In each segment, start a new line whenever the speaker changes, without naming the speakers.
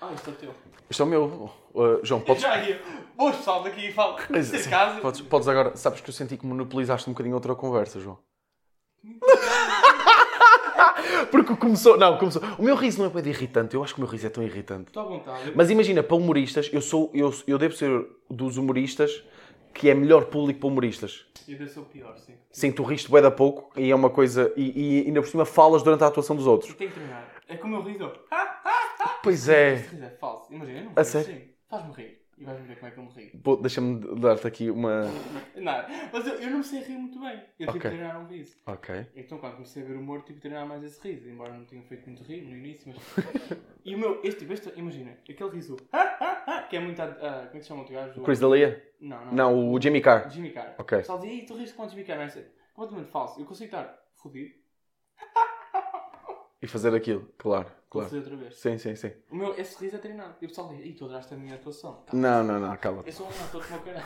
Ah, isto é teu.
Isto é o meu. Uh, João, podes.
Já ia. Boas, pessoal, daqui e falo.
Mas,
Neste
sim,
caso.
Podes, podes agora. Sabes que eu senti que monopolizaste um bocadinho outra conversa, João. Porque começou. Não, começou. O meu riso não é bué de irritante. Eu acho que o meu riso é tão irritante.
Estou à vontade.
Mas imagina, para humoristas, eu sou. Eu, eu devo ser dos humoristas que é melhor público para humoristas.
Eu ainda sou pior, sim.
Sim, tu riste bué da pouco e é uma coisa. E, e ainda por cima falas durante a atuação dos outros.
Eu tenho que treinar. É como eu riso. Ah,
Pois é.
Este riso é falso. Imagina, eu não
A
rio
sério?
assim. Faz-me rir. E vais ver como é que eu me rio.
Pô, Deixa-me dar-te aqui uma.
Nada. Mas eu, eu não sei rir muito bem. Eu tive
Ok.
que treinar um riso.
Ok.
Então, quando comecei a ver humor, tive que treinar mais esse riso. Embora não tenha feito muito riso no início, mas. e o meu, este tipo, este, imagina, aquele riso. Ah, ah, ah, que é muito. ad- ah, como é que se chama o teu gajo?
Chris D'Elia?
Não, não.
Não, o Jimmy Carr.
Jimmy Carr.
Ok.
O pessoal dizia, "Ih, tu riste com o Jimmy Carr, não é? Isso é Completamente falso. Eu consigo estar fodido.
E fazer aquilo, claro,
Vou
claro.
fazer outra vez.
Sim, sim, sim.
O meu, esse riso é treinado. E o pessoal diz, ih, tu adoraste a minha atuação. Tá.
Não, não, não, calma.
Eu sou um ator como eu quero.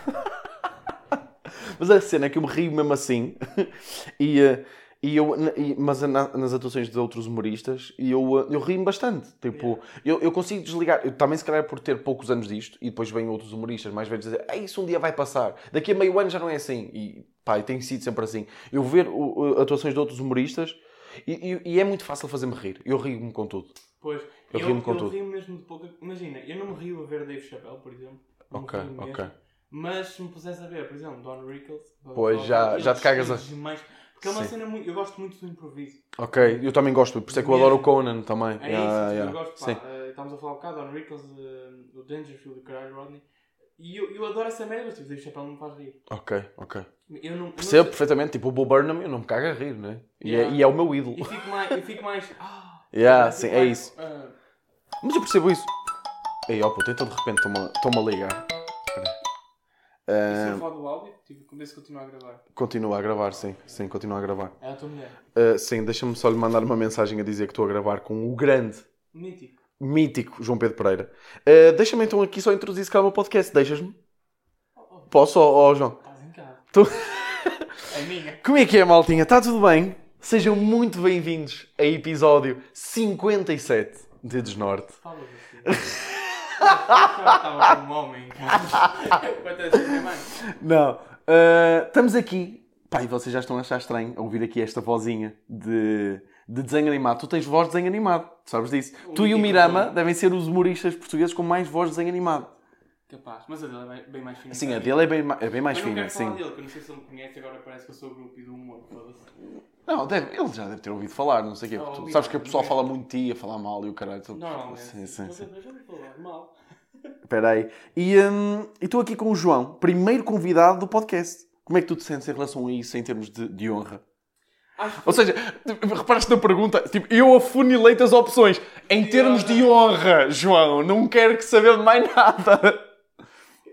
Mas a cena é que eu me rio mesmo assim. e, eh, e eu, e- mas na- nas atuações de outros humoristas, e eu, eh, eu rio-me bastante. Tipo, eu, eu consigo desligar. Eu, também, se calhar, por ter poucos anos disto, e depois vêm outros humoristas mais velhos dizer: ah, Isso um dia vai passar. Daqui a meio ano já não é assim. E pá, e tem sido sempre assim. Eu ver o- o- atuações de outros humoristas. E, e- e é muito fácil fazer-me rir. Eu rio-me com tudo.
Pois,
Eu
eu,
rio-me com
eu
tudo.
rio mesmo de pouca... Imagina, eu não me rio a ver Dave Chappelle, por exemplo. Não me
Ok,
rio mesmo.
ok.
Mas se me pusesse a ver, por exemplo, Don Rickles...
Pois, já-
eles-
já te cagas a-
eles demais. Porque é uma
Sim.
cena muito... Eu gosto muito do improviso.
Ok, eu também gosto. Por isso é que eu adoro o Conan também. Yeah,
É isso,
yeah.
eu gosto. Pá,
Sim.
eh, estamos a falar um bocado, Don Rickles, eh, o Dangerfield, o caralho, Rodney. E eu, eu adoro essa merda, mas tipo, Dave Chappelle não me faz rir.
Ok, ok.
Eu não... eu não
Percebo
sei-
perfeitamente, tipo, o Bo Burnham, eu não me cago a rir, né? E, é,
Yeah.
e é o meu ídolo.
E fico mais... Eu fico mais... Ah,
Yeah,
Eu
sim,
fico
é
mais,
isso.
ah,
Mas eu percebo isso. Ei, ó puto, então de repente estou-me a ligar. Espera aí.
e se
Ah,
eu falar do áudio, tipo, começo a continuar a gravar.
continua a gravar, sim. Sim, continua a gravar.
É a tua mulher.
Ah, sim, deixa-me só lhe mandar uma mensagem a dizer que estou a gravar com o grande,
Mítico.
mítico João Pedro Pereira. Ah, deixa-me então aqui só introduzir se calhar o podcast. Deixas-me?
Oh, oh,
Posso, ó ó, João?
estás em casa.
Tu-
É minha.
Como é que é, maltinha? Está tudo bem? Sejam muito bem-vindos a episódio 57 de Desnorte.
Fala assim. Eu estava com um homem em casa. Eu até sei é mais.
Não. ah, estamos aqui. Pá, e vocês já estão a achar estranho a ouvir aqui esta vozinha de, de desenho animado. Tu tens voz de desenho animado, tu sabes disso. tu e o
mítico
Mirama
João.
devem ser os humoristas portugueses com mais voz de desenho animado.
Capaz, mas a dele é bem- bem mais fina.
Sim, a dele é bem, ma- é bem mais
Mas não
fina,
quero falar
sim.
dele, que eu não sei se ele me conhece, agora parece que eu sou o grupo e do humor. foda-se.
Não, deve- ele já deve ter ouvido falar, não sei o quê.
Ah,
porque Tu
ouvi,
sabes que o
não,
pessoal
não.
fala muito de ti, a falar mal e o caralho. tu-
Normalmente.
Sim, sim, sim.
Mas eu já ouvi falar mal.
Espera aí. E hum, e estou aqui com o João, primeiro convidado do podcast. Como é que tu te sentes em relação a isso em termos de- de honra?
Acho que
Ou seja, reparaste na pergunta, tipo, eu afunilei-te as opções. Em termos de honra, João, não quero que saber de mais nada.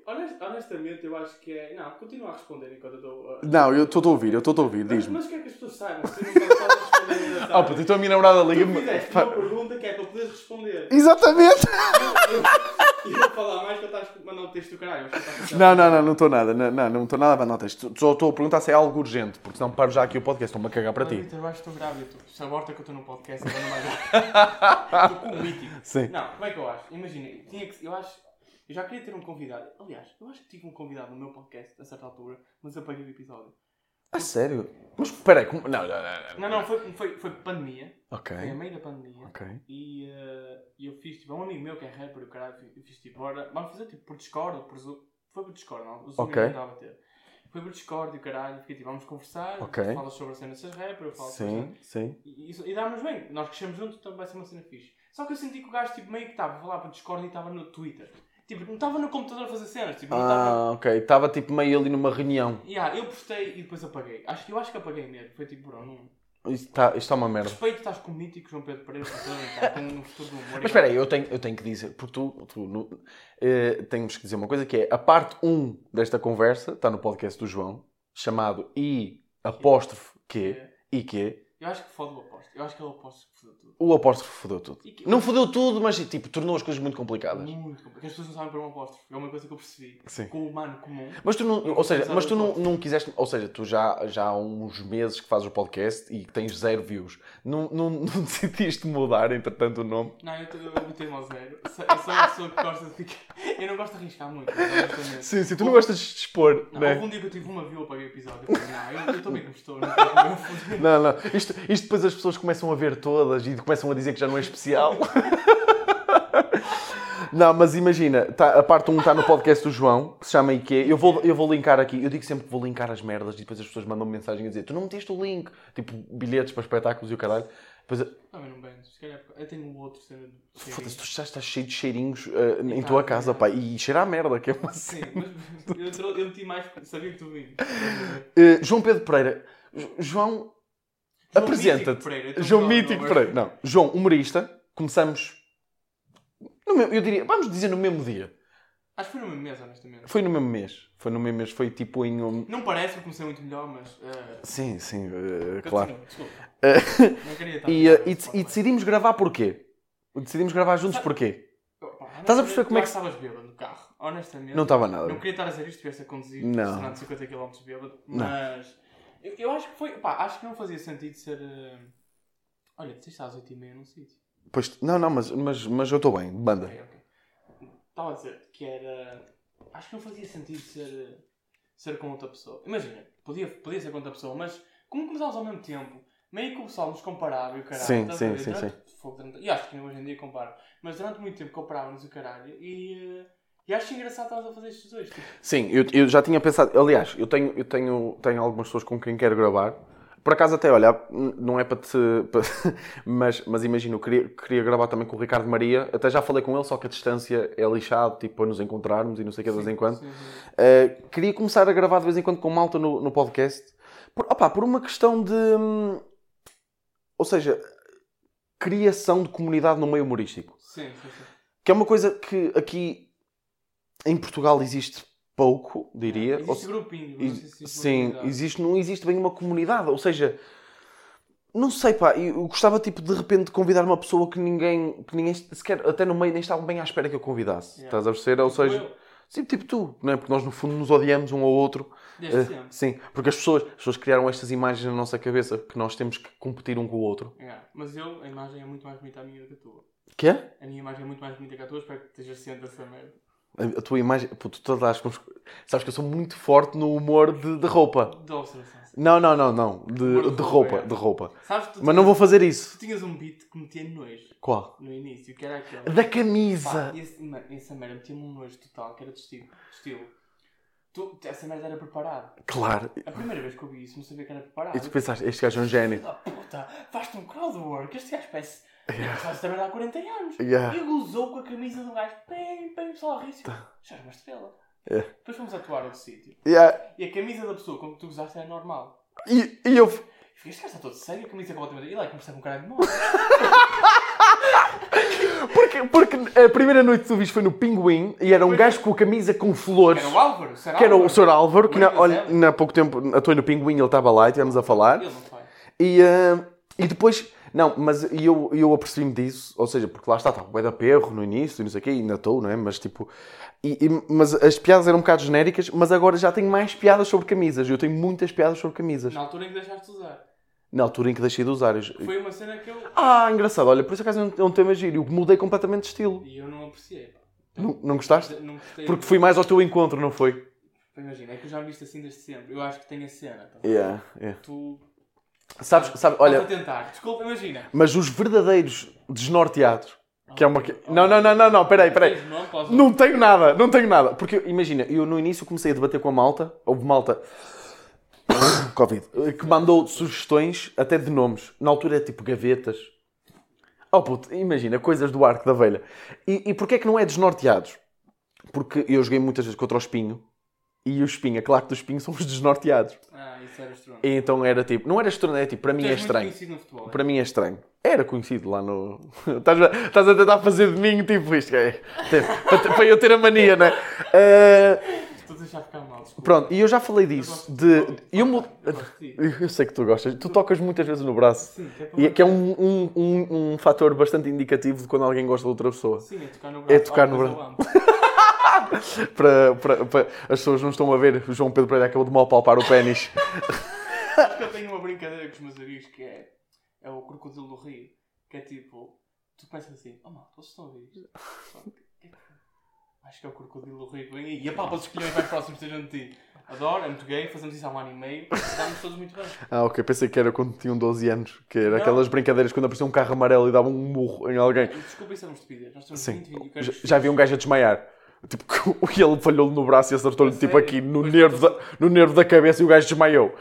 honest- honestamente, eu acho que é. Não, continua a responder enquanto eu estou. a-
Não, eu estou-te a ouvir, eu estou-te a ouvir, diz-me.
Mas o que é que as pessoas sabem? Se eu não quero responder ainda
Ah,
sabem.
puta, então a minha namorada
Tu
liga-me.
fizeste
Pá,
uma pergunta que é para poderes responder.
Exatamente!
E vou falar mais que eu estás a mandar o texto do caralho. acho que tá estás
Não,
a-
não, não, não estou nada, não, não, não estou nada para notas. Só estou a perguntar se é algo urgente, porque senão paro já aqui o podcast, estou-me a cagar para
Ah,
ti.
Vitor, eu acho que estou grávido. Tu- Se aborta que eu estou num podcast, agora não vai dar. Estou com um mítico.
Sim.
Não, como é que eu acho? Imagina, tinha que, eu acho. Eu já queria ter um convidado. Aliás, eu acho que tive um convidado no meu podcast, a certa altura, mas apaguei o episódio.
Ah, sério? Mas peraí, como. Não, não, não.
Não, não, foi, foi, foi pandemia.
Ok,
Foi a meio da pandemia.
ok.
E eh, eu fiz tipo, um amigo meu que é rapper, o caralho, eu fiz tipo, ora, vamos fazer tipo por Discord, ou por Zoom. Foi por Discord, não? O Zoom
Ok.
ainda não estava a ter. Foi por Discord e o caralho, fiquei tipo, vamos conversar,
Ok.
tu falas sobre a cena dessas rapper, eu falo sobre a cena-
Sim, sim.
E, e, e dá-nos bem, nós crescemos juntos, então vai ser uma cena fixe. Só que eu senti que o gajo tipo, meio que estava a falar para o Discord e estava no Twitter. Tipo, não estava no computador a fazer cenas, tipo, não estava.
Ah, ok. Estava tipo meio ali numa reunião.
Yeah, eu postei e depois apaguei. Acho, que- eu acho que apaguei mesmo. Foi tipo, bro, não.
Isto está isto tá uma merda.
Respeito, estás com o mítico João Pedro Pereira, estás a brincar, com um futuro do humor.
Mas espera aí, eu tenho, eu tenho que dizer, porque tu, tu no- eh, temos que dizer uma coisa que é a parte 1 desta tá conversa está no podcast do João, chamado I apóstrofe Q,
É.
IQ,
Eu acho que fode o aposto. Eu acho que ele aposto que fodeu tudo.
O apóstrofo fodeu tudo.
E que- é
Não fodeu tudo, mas tipo, tornou as coisas muito complicadas.
Muito complicado. As pessoas não sabem para um apóstrofe. É uma coisa que eu percebi.
Sim.
Com o humano comum.
Mas tu não,
Eu
ou seja,
pensava
mas tu
no
não,
apóstrofo.
não quiseste, ou seja, tu já, já há uns meses que fazes o podcast e que tens zero views. Não, não, não decidiste mudar, entretanto, o nome.
Não, eu, tô- eu botei-me ao zero. Eu sou eu sou uma pessoa que gosta de ficar. Eu não gosto de arriscar muito. honestamente.
Sim, sim, tu não gostas de te expor,
Não,
né?
houve um dia que eu tive uma view para o episódio. Eu falei, não, eu estou bem como estou. Não estou com o meu fodido.
Não, não. Isto, isto depois as pessoas começam a ver todas e começam a dizer que já não é especial. Não, mas imagina, tá- a parte 1 está no podcast do João, que se chama IQ. Eu vou, eu vou linkar aqui, eu digo sempre que vou linkar as merdas e depois as pessoas mandam mensagem a dizer: Tu não meteste o link? Tipo, bilhetes para espetáculos e o caralho. Depois,
Ah, mas não bem. Se calhar eu tenho um outro cena de.
foda-se, tu já estás cheio de cheirinhos ah, em
Tá,
tua casa,
tá.
pá, e cheira a merda, que é uma
Sim, mas eu, trou- eu meti mais porque sabia que tu vinhas.
Eh, João Pedro Pereira. Jo- João.
João
Apresenta-te.
Mítico Pereira, então
João
pronto,
Mítico
agora.
Pereira. Não, João, humorista. Começamos. no mesmo- eu diria, vamos dizer no mesmo dia.
Acho que foi numa mesa, honestamente.
Foi no mesmo mês. Foi no mesmo mês, foi tipo em. um-
Não parece que comecei muito melhor, mas. eh,
Sim, sim, eh,
continua,
claro.
desculpa.
Eh,
Não queria estar.
e, eh, e dec- e decidimos gravar porquê? Decidimos gravar juntos
Sabe-
porquê?
Estás
a perceber como é que se-
estavas bêbado no carro, honestamente.
Não estava
Não
nada.
queria estar a dizer isto, estivesse a conduzir
Não.
durante 50 km bêbado,
Não.
mas. Eu, eu acho que foi. Pá, acho que não fazia sentido ser. eh, Olha, tu estás às 8h30 num sítio.
Pois, não, não, mas, mas, mas eu estou bem, banda.
Ok, ok. Estava a dizer que era. Acho que não fazia sentido ser, ser com outra pessoa. Imagina, podia, podia ser com outra pessoa, mas como começámos ao mesmo tempo, meio que o pessoal nos comparava e o caralho.
Sim,
estás a
sim,
ver?
sim,
Durante- fogo, durante- E acho que hoje em dia comparam. Mas durante muito tempo comparávamos o caralho e. eh, E acho engraçado estarmos a fazer estes dois. Tipo,
Sim, eu, eu já tinha pensado. Aliás, eu tenho, eu tenho, tenho algumas pessoas com quem quero gravar. Por acaso, até, olha, n- não é para te. para- mas, mas imagina, eu queria, queria gravar também com o Ricardo Maria. Até já falei com ele, só que a distância é lixado, tipo, para nos encontrarmos e não sei o que de vez em quando.
sim, sim.
Uh, queria começar a gravar de vez em quando com malta no, no podcast. Por, opá, por uma questão de. hum, Ou seja, criação de comunidade no meio humorístico
Sim, sim, sim.
que é uma coisa que aqui em Portugal existe pouco, diria. Ou
Existe
se- e-
grupinho, não sei se existe
sim,
comunidade.
existe, não existe bem uma comunidade, ou seja, não sei pá, eu eu gostava tipo de repente de convidar uma pessoa que ninguém, que ninguém sequer, até no meio nem estavam bem à espera que eu convidasse,
Yeah.
estás a perceber? Ou
Tipo
seja,
eu,
sim, tipo tu, não é? Porque nós no fundo nos odiamos um ao outro.
Desde
Eh,
sempre.
sim, porque as pessoas, as pessoas criaram estas imagens na nossa cabeça que nós temos que competir um com o outro.
Yeah. Mas eu, a imagem é muito mais bonita a minha do que a tua.
Que é?
A minha imagem é muito mais bonita que a tua, espero que estejas ciente dessa merda.
A, a tua imagem. Pô, tu todas as. cons- Sabes que eu sou muito forte no humor de, de roupa.
Da observação.
Não, não, não, não.
Humor
De,
de
de
roupa,
roupa,
é.
de roupa.
Sabes, tu,
Mas não vou fazer isso.
tu tinhas um beat que metia nojo
Qual?
no início, que era aquele.
Da
Pá,
camisa.
esse, mano, essa merda metia-me um nojo total, que era de estilo. estilo. Tu, essa merda era preparada.
Claro.
A primeira vez que eu vi isso, não sabia que era preparada.
E tu pensaste, este gajo é um gênio.
Da puta, faz-te um crowdwork, este gajo parece. Yeah. Faz esta merda há 40 anos.
Yeah.
Ele usou com a camisa do gajo, bem, bem, pessoal, a rir-se. Já era uma estrela.
Tá. Yeah.
Depois fomos atuar outro sítio.
Yeah.
E a camisa da pessoa com que tu usaste era normal.
é, E, e eu.
Fiquei, Este gajo está todo sério, a camisa completamente. Ele é conversar com um caralho de mal.
Porque, porque a primeira noite que tu viste foi no Pinguim e era um
Pois.
gajo com a camisa com flores.
Era o Álvaro, será?
Que era o Sr. Álvaro, é que na,
Lembras
olha,
dela?
na pouco tempo atuei no Pinguim, ele estava lá e estivemos a falar.
Ele não faz.
E, ah, e depois, não, mas e eu, eu apercebi-me disso, ou seja, porque lá está, estava bué da perro no início e não sei o quê, e ainda estou, não é? Mas tipo, e- e- mas as piadas eram um bocado genéricas, mas agora já tenho mais piadas sobre camisas, eu tenho muitas piadas sobre camisas.
Na altura em que deixaste de usar.
Na altura em que deixei de usar. eu-
Foi uma cena que eu.
Ah, engraçado, olha, por isso acaso é um- é um tema giro, eu mudei completamente de estilo.
E eu não apreciei. pá.
Não, não gostaste?
Não gostei.
Porque fui mais ao teu encontro, não foi?
Imagina, é que eu já me visto assim desde sempre. Eu acho que tem a cena. Tá?
Yeah, yeah.
Tu.
Sabes, sabes, olha,
Estás a tentar. Desculpa, imagina.
mas os verdadeiros desnorteados, que é uma. que- Não, não, não, não, não, peraí, peraí.
Tens nome, posso-
Não tenho nada, não tenho nada. Porque imagina, eu no início comecei a debater com a malta, houve malta. Covid. Que mandou sugestões até de nomes. Na altura era tipo gavetas. Oh puto, imagina, coisas do arco da velha. E, e porquê é que não é desnorteados? Porque eu joguei muitas vezes contra o espinho. E o espinho, a claque do espinho, são os desnorteados.
Ah, isso era estranho.
E então era tipo, não era estranho, era tipo, para mim
Tu
é
és muito
estranho.
conhecido no futebol.
Para mim é estranho. Era conhecido lá no. Estás a, estás a tentar fazer de mim tipo isto, que é. Para, para eu ter a mania, não é? Eh,
Estou a deixar ficar mal, desculpa.
Pronto, e eu já falei disso. De, eu, mu-
gosto de ti.
eu sei que tu gostas. Tu tocas muitas vezes no braço.
Sim, que é,
E é
para...
que é um, um, um, um fator bastante indicativo de quando alguém gosta de outra pessoa.
Sim, é tocar no braço.
É tocar no
Olha,
braço.
mas eu amo.
Para, para, para- as pessoas não estão a ver, o João Pedro Pereira acabou de mal palpar o pênis.
Acho que eu tenho uma brincadeira com os meus amigos que é, é o crocodilo do rio. Que é tipo, tu pensas assim, oh mal, vocês estão a ouvir isto? Só que- que é que- Acho que é o crocodilo do rio que vem aí. E a pá, vocês escolherem mais próximos sejam de ti. Adoro, é muito gay, fazemos isso há um ano e meio, dá-nos todos muito bem.
Ah, ok, pensei que era quando tinham 12 anos, que era
Não.
aquelas brincadeiras quando aparecia um carro amarelo e dava um murro em alguém.
Desculpa, isso é uma estupidez. Nós temos
Sim,
20, 20
já,
quero-
já vi um gajo a desmaiar. Tipo, que ele falhou-lhe no braço e acertou-lhe
A
tipo
sério?
aqui no
Pois
nervo,
não.
da, no nervo da cabeça e o gajo desmaiou.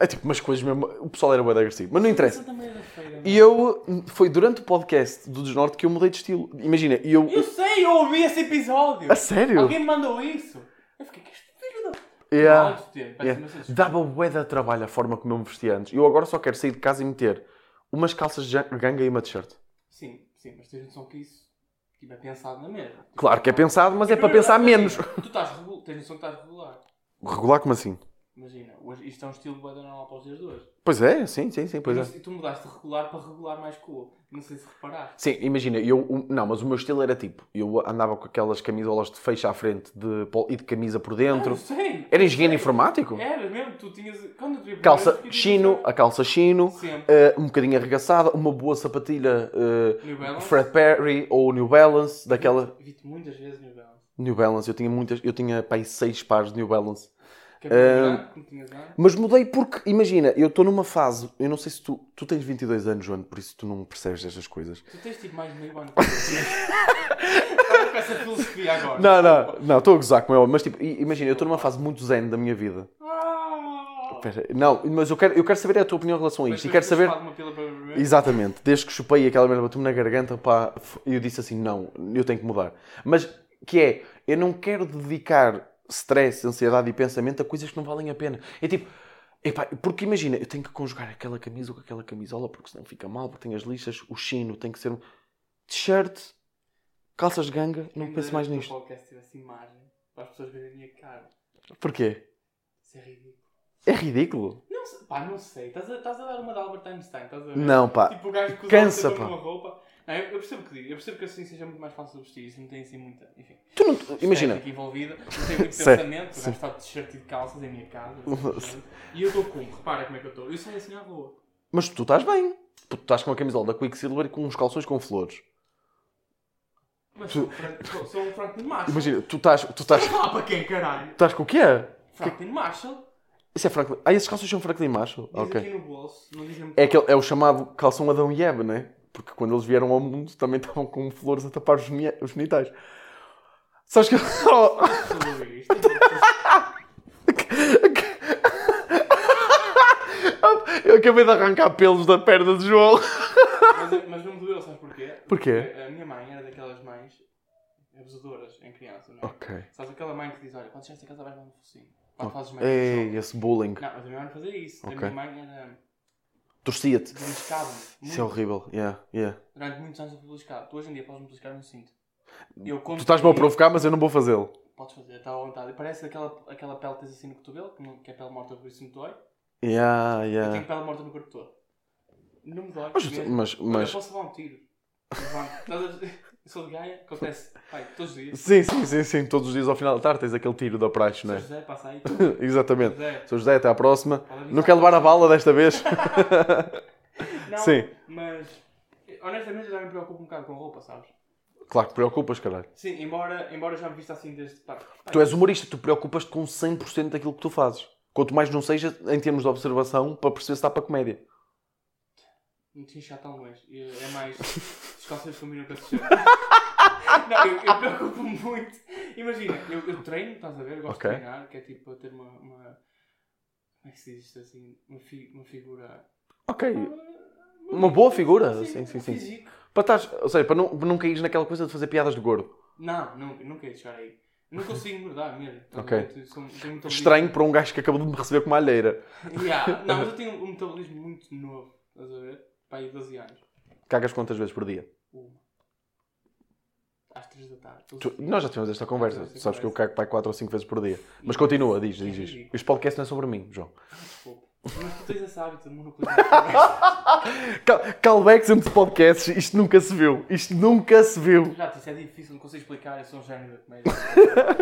É tipo umas coisas mesmo. O pessoal era bem agressivo, mas não interessa.
Essa também era feira. é?
E eu. Foi durante o podcast do Desnorte que eu mudei de estilo. Imagina, e eu.
Eu sei, eu ouvi esse episódio.
A sério?
Alguém me mandou isso. Eu fiquei, que este filho da...
Yeah.
Alto tempo,
Yeah.
parece uma
Dava bué de trabalho a forma como eu me vestia antes. Eu agora só quero sair de casa e meter umas calças de ganga e uma t-shirt.
Sim, sim, mas tens noção que isso tipo, é pensado na mesma. Tipo,
Claro que é pensado, mas é para
primeiro,
pensar
estás a-
menos.
Tu estás regular, tens noção que estás regular.
Regular como assim?
Imagina, hoje, isto é um estilo bué da normal para os dias de hoje.
Pois é, sim, sim, sim, pois
E
é.
não- E tu mudaste de regular para regular mais cool. Não sei se reparaste.
Sim, imagina, eu. o- Não, mas o meu estilo era tipo. Eu andava com aquelas camisolas de fecho à frente de, pol- e de camisa por
Ah, eu
dentro.
sei.
Era higiene informático?
Era mesmo, tu tinhas... Quando tu ia para o
Calça
banheiro, tu
chino,
tinhas-
a calça chino,
Sempre.
eh, um bocadinho arregaçada, uma boa sapatilha eh,
New Balance.
Fred Perry ou New Balance, daquela.
Vi-te muitas vezes New Balance.
New Balance, eu tinha muitas, eu tinha pá, aí seis pares de New Balance. Hum.
Que é muito grande, que não tinhas nada.
Mas mudei porque, imagina, eu estou numa fase, eu não sei se tu, tu tens 22 anos, João, por isso tu não percebes estas coisas.
Tu tens tipo mais meio ano que eu. Olha com essa filosofia agora.
Não, não, não, estou a gozar com ela, mas tipo, i- imagina, eu estou numa fase muito zen da minha vida.
Ah,
Espera, não, mas eu quero, eu quero saber a tua opinião em relação a
mas
isto e
depois
quero
tens
saber.
chupado uma pila para beber.
Exatamente, desde que chupei aquela merda, bateu-me na garganta, pá, f- eu disse assim, não, eu tenho que mudar. Mas, que é, eu não quero dedicar stress, ansiedade e pensamento a coisas que não valem a pena. É tipo, epá, porque imagina, eu tenho que conjugar aquela camisa com aquela camisola, porque senão fica mal, porque tenho as lixas, o chino, tem que ser um t-shirt, calças de ganga, não
Ainda
penso mais
bem que
nisto.
O podcast tivesse imagem para as pessoas verem a minha cara.
Porquê?
Isso é ridículo.
É ridículo.
Não sei, pá, não sei. Estás a, estás a dar uma de Albert Einstein, estás a ver?
Não, pá.
Tipo o gajo que usa
Cansa,
sempre
pá.
uma roupa. Não, eu, eu percebo que digo, eu percebo que assim seja muito mais fácil de vestir, isso não tem assim muita. Enfim.
Tu não, imagina,
estética envolvida, não tenho muito
Certo,
pensamento, o
sim.
gajo está de t-shirt e de calças em minha casa. assim, e eu estou como? Repara como é que eu estou. Eu sou assim à rua.
mas tu estás bem. Tu estás com uma camisola da Quicksilver e com uns calções com flores.
Mas sou, um Frank- sou, sou um Franklin Marshall.
Imagina, tu estás, tu estás,
Estás a falar para quem, caralho?
estás com o que é?
Franklin Marshall.
Isso é Franklin. Ah, esses calções são Franklin Macho?
Diz
Ok.
aqui no bolso, não dizem muito.
É, aquele, é o chamado calção Adão e Eve, né? Porque quando eles vieram ao mundo também estavam com flores a tapar os, geni- os genitais. Sabes que. Oh,
Estou a ouvir isto. é
eu acabei de arrancar pelos da perna de João.
Mas, mas não me doeu, sabes porquê?
Porquê?
A minha mãe era daquelas mães abusadoras em criança, não é?
Ok.
Sabes aquela mãe que diz, olha, quando chegaste a casa vais dar um focinho. Quando fazes merda,
Ei, É esse bullying.
Não, mas a minha mãe não fazia isso.
Ok.
A minha mãe era...
Torcia-te.
Beliscava-me.
Isso é
muito.
horrível. Yeah, yeah.
Durante muitos anos eu fui beliscar. Tu hoje em dia podes-me beliscar no cinto. Eu
Tu
como...
estás-me a provocar, mas eu não vou fazê-lo.
Podes fazer, está à vontade. Parece aquela, aquela pele que tens assim no cotovelo, que, não, que é pele morta, por isso não te dói.
Yeah,
Eu
yeah.
tenho pele morta no corpo todo. Não me dói.
Ah. Mas,
mesmo.
mas,
Eu
mas.
posso levar um tiro. Levanto. Estás a- Eu sou de Gaia, acontece. Pai, todos os dias.
Sim, sim, sim, sim. Todos os dias ao final da tarde tens aquele tiro da praxe, não
São
é?
José, passa né, aí. né?
Exatamente.
José,
Sr. José, até à próxima.
pode avisar.
Não quer levar a bala desta vez?
Não,
Sim.
Mas, honestamente, eu já me preocupo um bocado com roupa, sabes?
claro que preocupas, caralho.
Sim, embora, embora já me vista assim desde. Pá, pá,
Tu é- és humorista, tu preocupas-te com 100% daquilo que tu fazes. Quanto mais não seja em termos de observação para perceber se está para a comédia.
Não te enxar tão longe. Eu- É mais. As calças combinam com a t-shirt. Não, eu, eu preocupo-me muito. Imagina, eu, eu treino, estás a ver? Eu gosto
Ok.
de treinar, que é tipo ter uma. uma como é que se diz isto assim? Uma, fi, uma figura.
Ok. Uma boa figura. Sim, sim, sim.
um físico.
Para estás, ou seja, para não, para não caíres naquela coisa de fazer piadas de gordo.
Não, nunca, nunca ia chegar aí. Não consigo engordar mesmo. estás a
Ok.
ver? Eu sou- eu tenho um metabolismo-
Estranho para um gajo que acabou de me receber com uma alheira.
Yeah. Não, mas eu tenho um metabolismo muito novo, estás a ver? Para aí 12 anos.
Cagas quantas vezes por dia?
Uma. às 3 da tarde.
Tu- nós já tivemos esta conversa.
esta
Sabes que eu
conversa.
cago para 4 ou 5 vezes por dia. Mas continua, diz, diz, diz.
ridículo.
Este podcast não é sobre mim, João.
Desculpa. Mas tu tens esse hábito de monopolizar.
Cal- Callbacks entre podcasts, isto nunca se viu. Isto nunca se viu.
já te disse, é difícil, não consigo explicar, eu sou um género da comédia.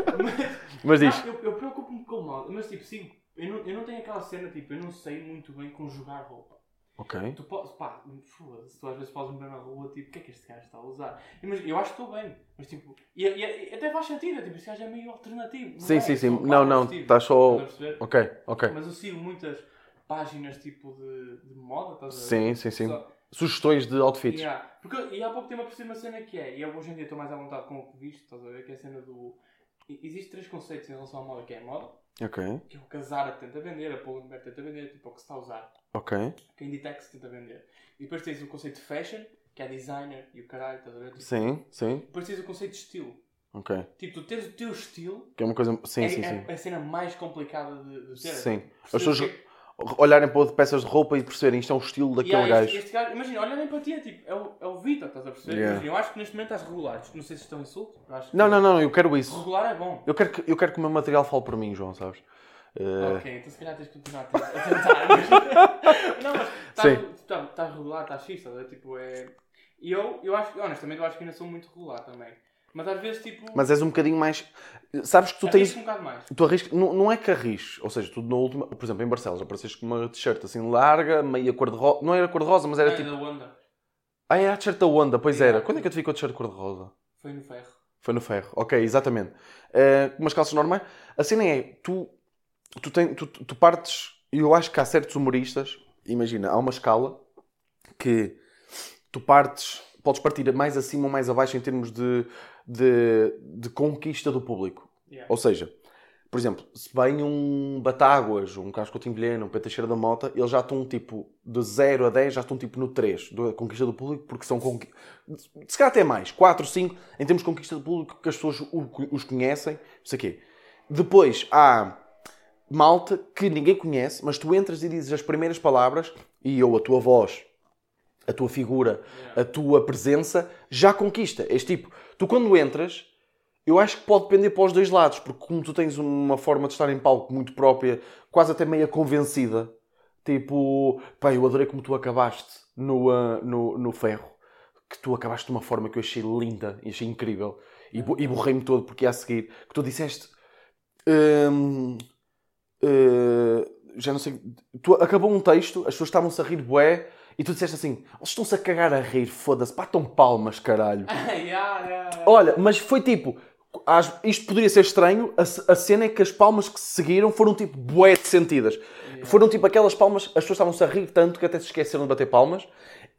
Mas diz.
Ah, eu, eu preocupo-me com o modo, mas tipo, sigo. Eu não, eu não tenho aquela cena, tipo, eu não sei muito bem conjugar roupa.
Ok.
Tu podes, pá, foda-se, tu às vezes podes me ver na rua, tipo, o que é que este gajo está a usar? Mas eu acho que estou bem, mas tipo, e, e- e até faz sentido, é, tipo, este gajo é meio alternativo. não
Sim,
é?
sim, sim.
Só, pá,
Não, não.
vestido.
Estás
Estás a
só.
perceber?
Ok, ok.
Mas eu sigo muitas páginas, tipo, de, de moda, estás a ver?
Sim, sim, sim.
Só-
Sugestões de outfits.
Yeah. Porque, e há pouco tempo apareceu uma cena que é, e eu hoje em dia estou mais à vontade com o que visto, estás a ver? Que é a cena do. e- Existem três conceitos em relação à moda, que é a moda,
Ok,
que é o que a Zara tenta vender, a Pull Bear tenta vender, tipo, o que se está a usar,
ok.
que a Inditex tenta vender. E depois tens o conceito de fashion, que é designer e o caralho, estás a ver? Tipo,
Sim, sim.
Depois tens o conceito de estilo.
Ok.
Tipo, tu tens o teu estilo,
Que é uma coisa. Sim,
é,
sim,
é
sim.
a cena mais complicada de, de ter.
Sim. As
Percebes
pessoas
o que é que-
olharem para outro- peças de roupa e perceberem isto é um estilo daquele
Yeah,
gajo.
este, este gajo. Imagina, olharem para ti, é tipo, é o, é o Vitor, estás a perceber?
Yeah.
Imagina, eu acho que neste momento estás regulares. Não sei se estão insultos, eu acho que-
Não, não, não, eu quero isso.
Regular é bom.
Eu quero que, eu quero que o meu material fale por mim, João, sabes? Eh,
Ok, então se calhar tens que continuar a te- a tentar. mas- não, mas estás-
Sim.
estás estás regular, estás fixe, estás a ver, tipo, é... E eu, eu acho, honestamente, eu acho que ainda sou muito regular também. Mas às vezes, tipo,
Mas és um bocadinho mais. Sabes que tu
arrisco
tens.
um bocado mais.
Tu arriscas, não, não é que arrisques, ou seja, tu na última, por exemplo, em Barcelos apareceste com uma t-shirt assim larga, meia cor-de-rosa, não era cor-de-rosa, mas era
Ah,
tipo,
da Wanda.
ah, era a t-shirt da Onda, pois
Yeah.
era. Quando é que eu te vi com a t-shirt cor-de-rosa?
Foi no ferro.
Foi no ferro, ok, exatamente. Eh, umas calças normais. A cena é, tu, tu, tem, tu, tu partes, e eu acho que há certos humoristas, imagina, há uma escala que tu partes, podes partir mais acima ou mais abaixo em termos de, de, de conquista do público.
Yeah.
Ou seja, por exemplo, se vem um Batáguas, um Carlos Coutinho Vilhena, um Pedro Teixeira da Mota, eles já estão tipo de 0 a 10, já estão tipo no 3 da conquista do público, porque são conqui... se calhar até mais, 4, 5, em termos de conquista do público, que as pessoas o- os conhecem, não sei o quê. Depois há malta que ninguém conhece, mas tu entras e dizes as primeiras palavras e eu, a tua voz, a tua figura,
Yeah.
a tua presença já conquista. És tipo, tu quando entras, eu acho que pode depender para os dois lados, porque como tu tens uma forma de estar em palco muito própria, quase até meia convencida, tipo, pá, eu adorei como tu acabaste no, ah, no, no ferro, que tu acabaste de uma forma que eu achei linda e achei incrível, e, bo- e borrei-me todo porque ia a seguir, que tu disseste. hum, eh, já não sei. Tu acabou um texto, as pessoas estavam-se a rir bué, e tu disseste assim: eles estão-se a cagar a rir, foda-se, batam palmas, caralho.
yeah, yeah, yeah.
Olha, mas foi tipo. às- isto poderia ser estranho, a, c- a cena é que as palmas que se seguiram foram tipo bué de sentidas. Foram tipo aquelas palmas, as pessoas estavam-se a rir tanto que até se esqueceram de bater palmas.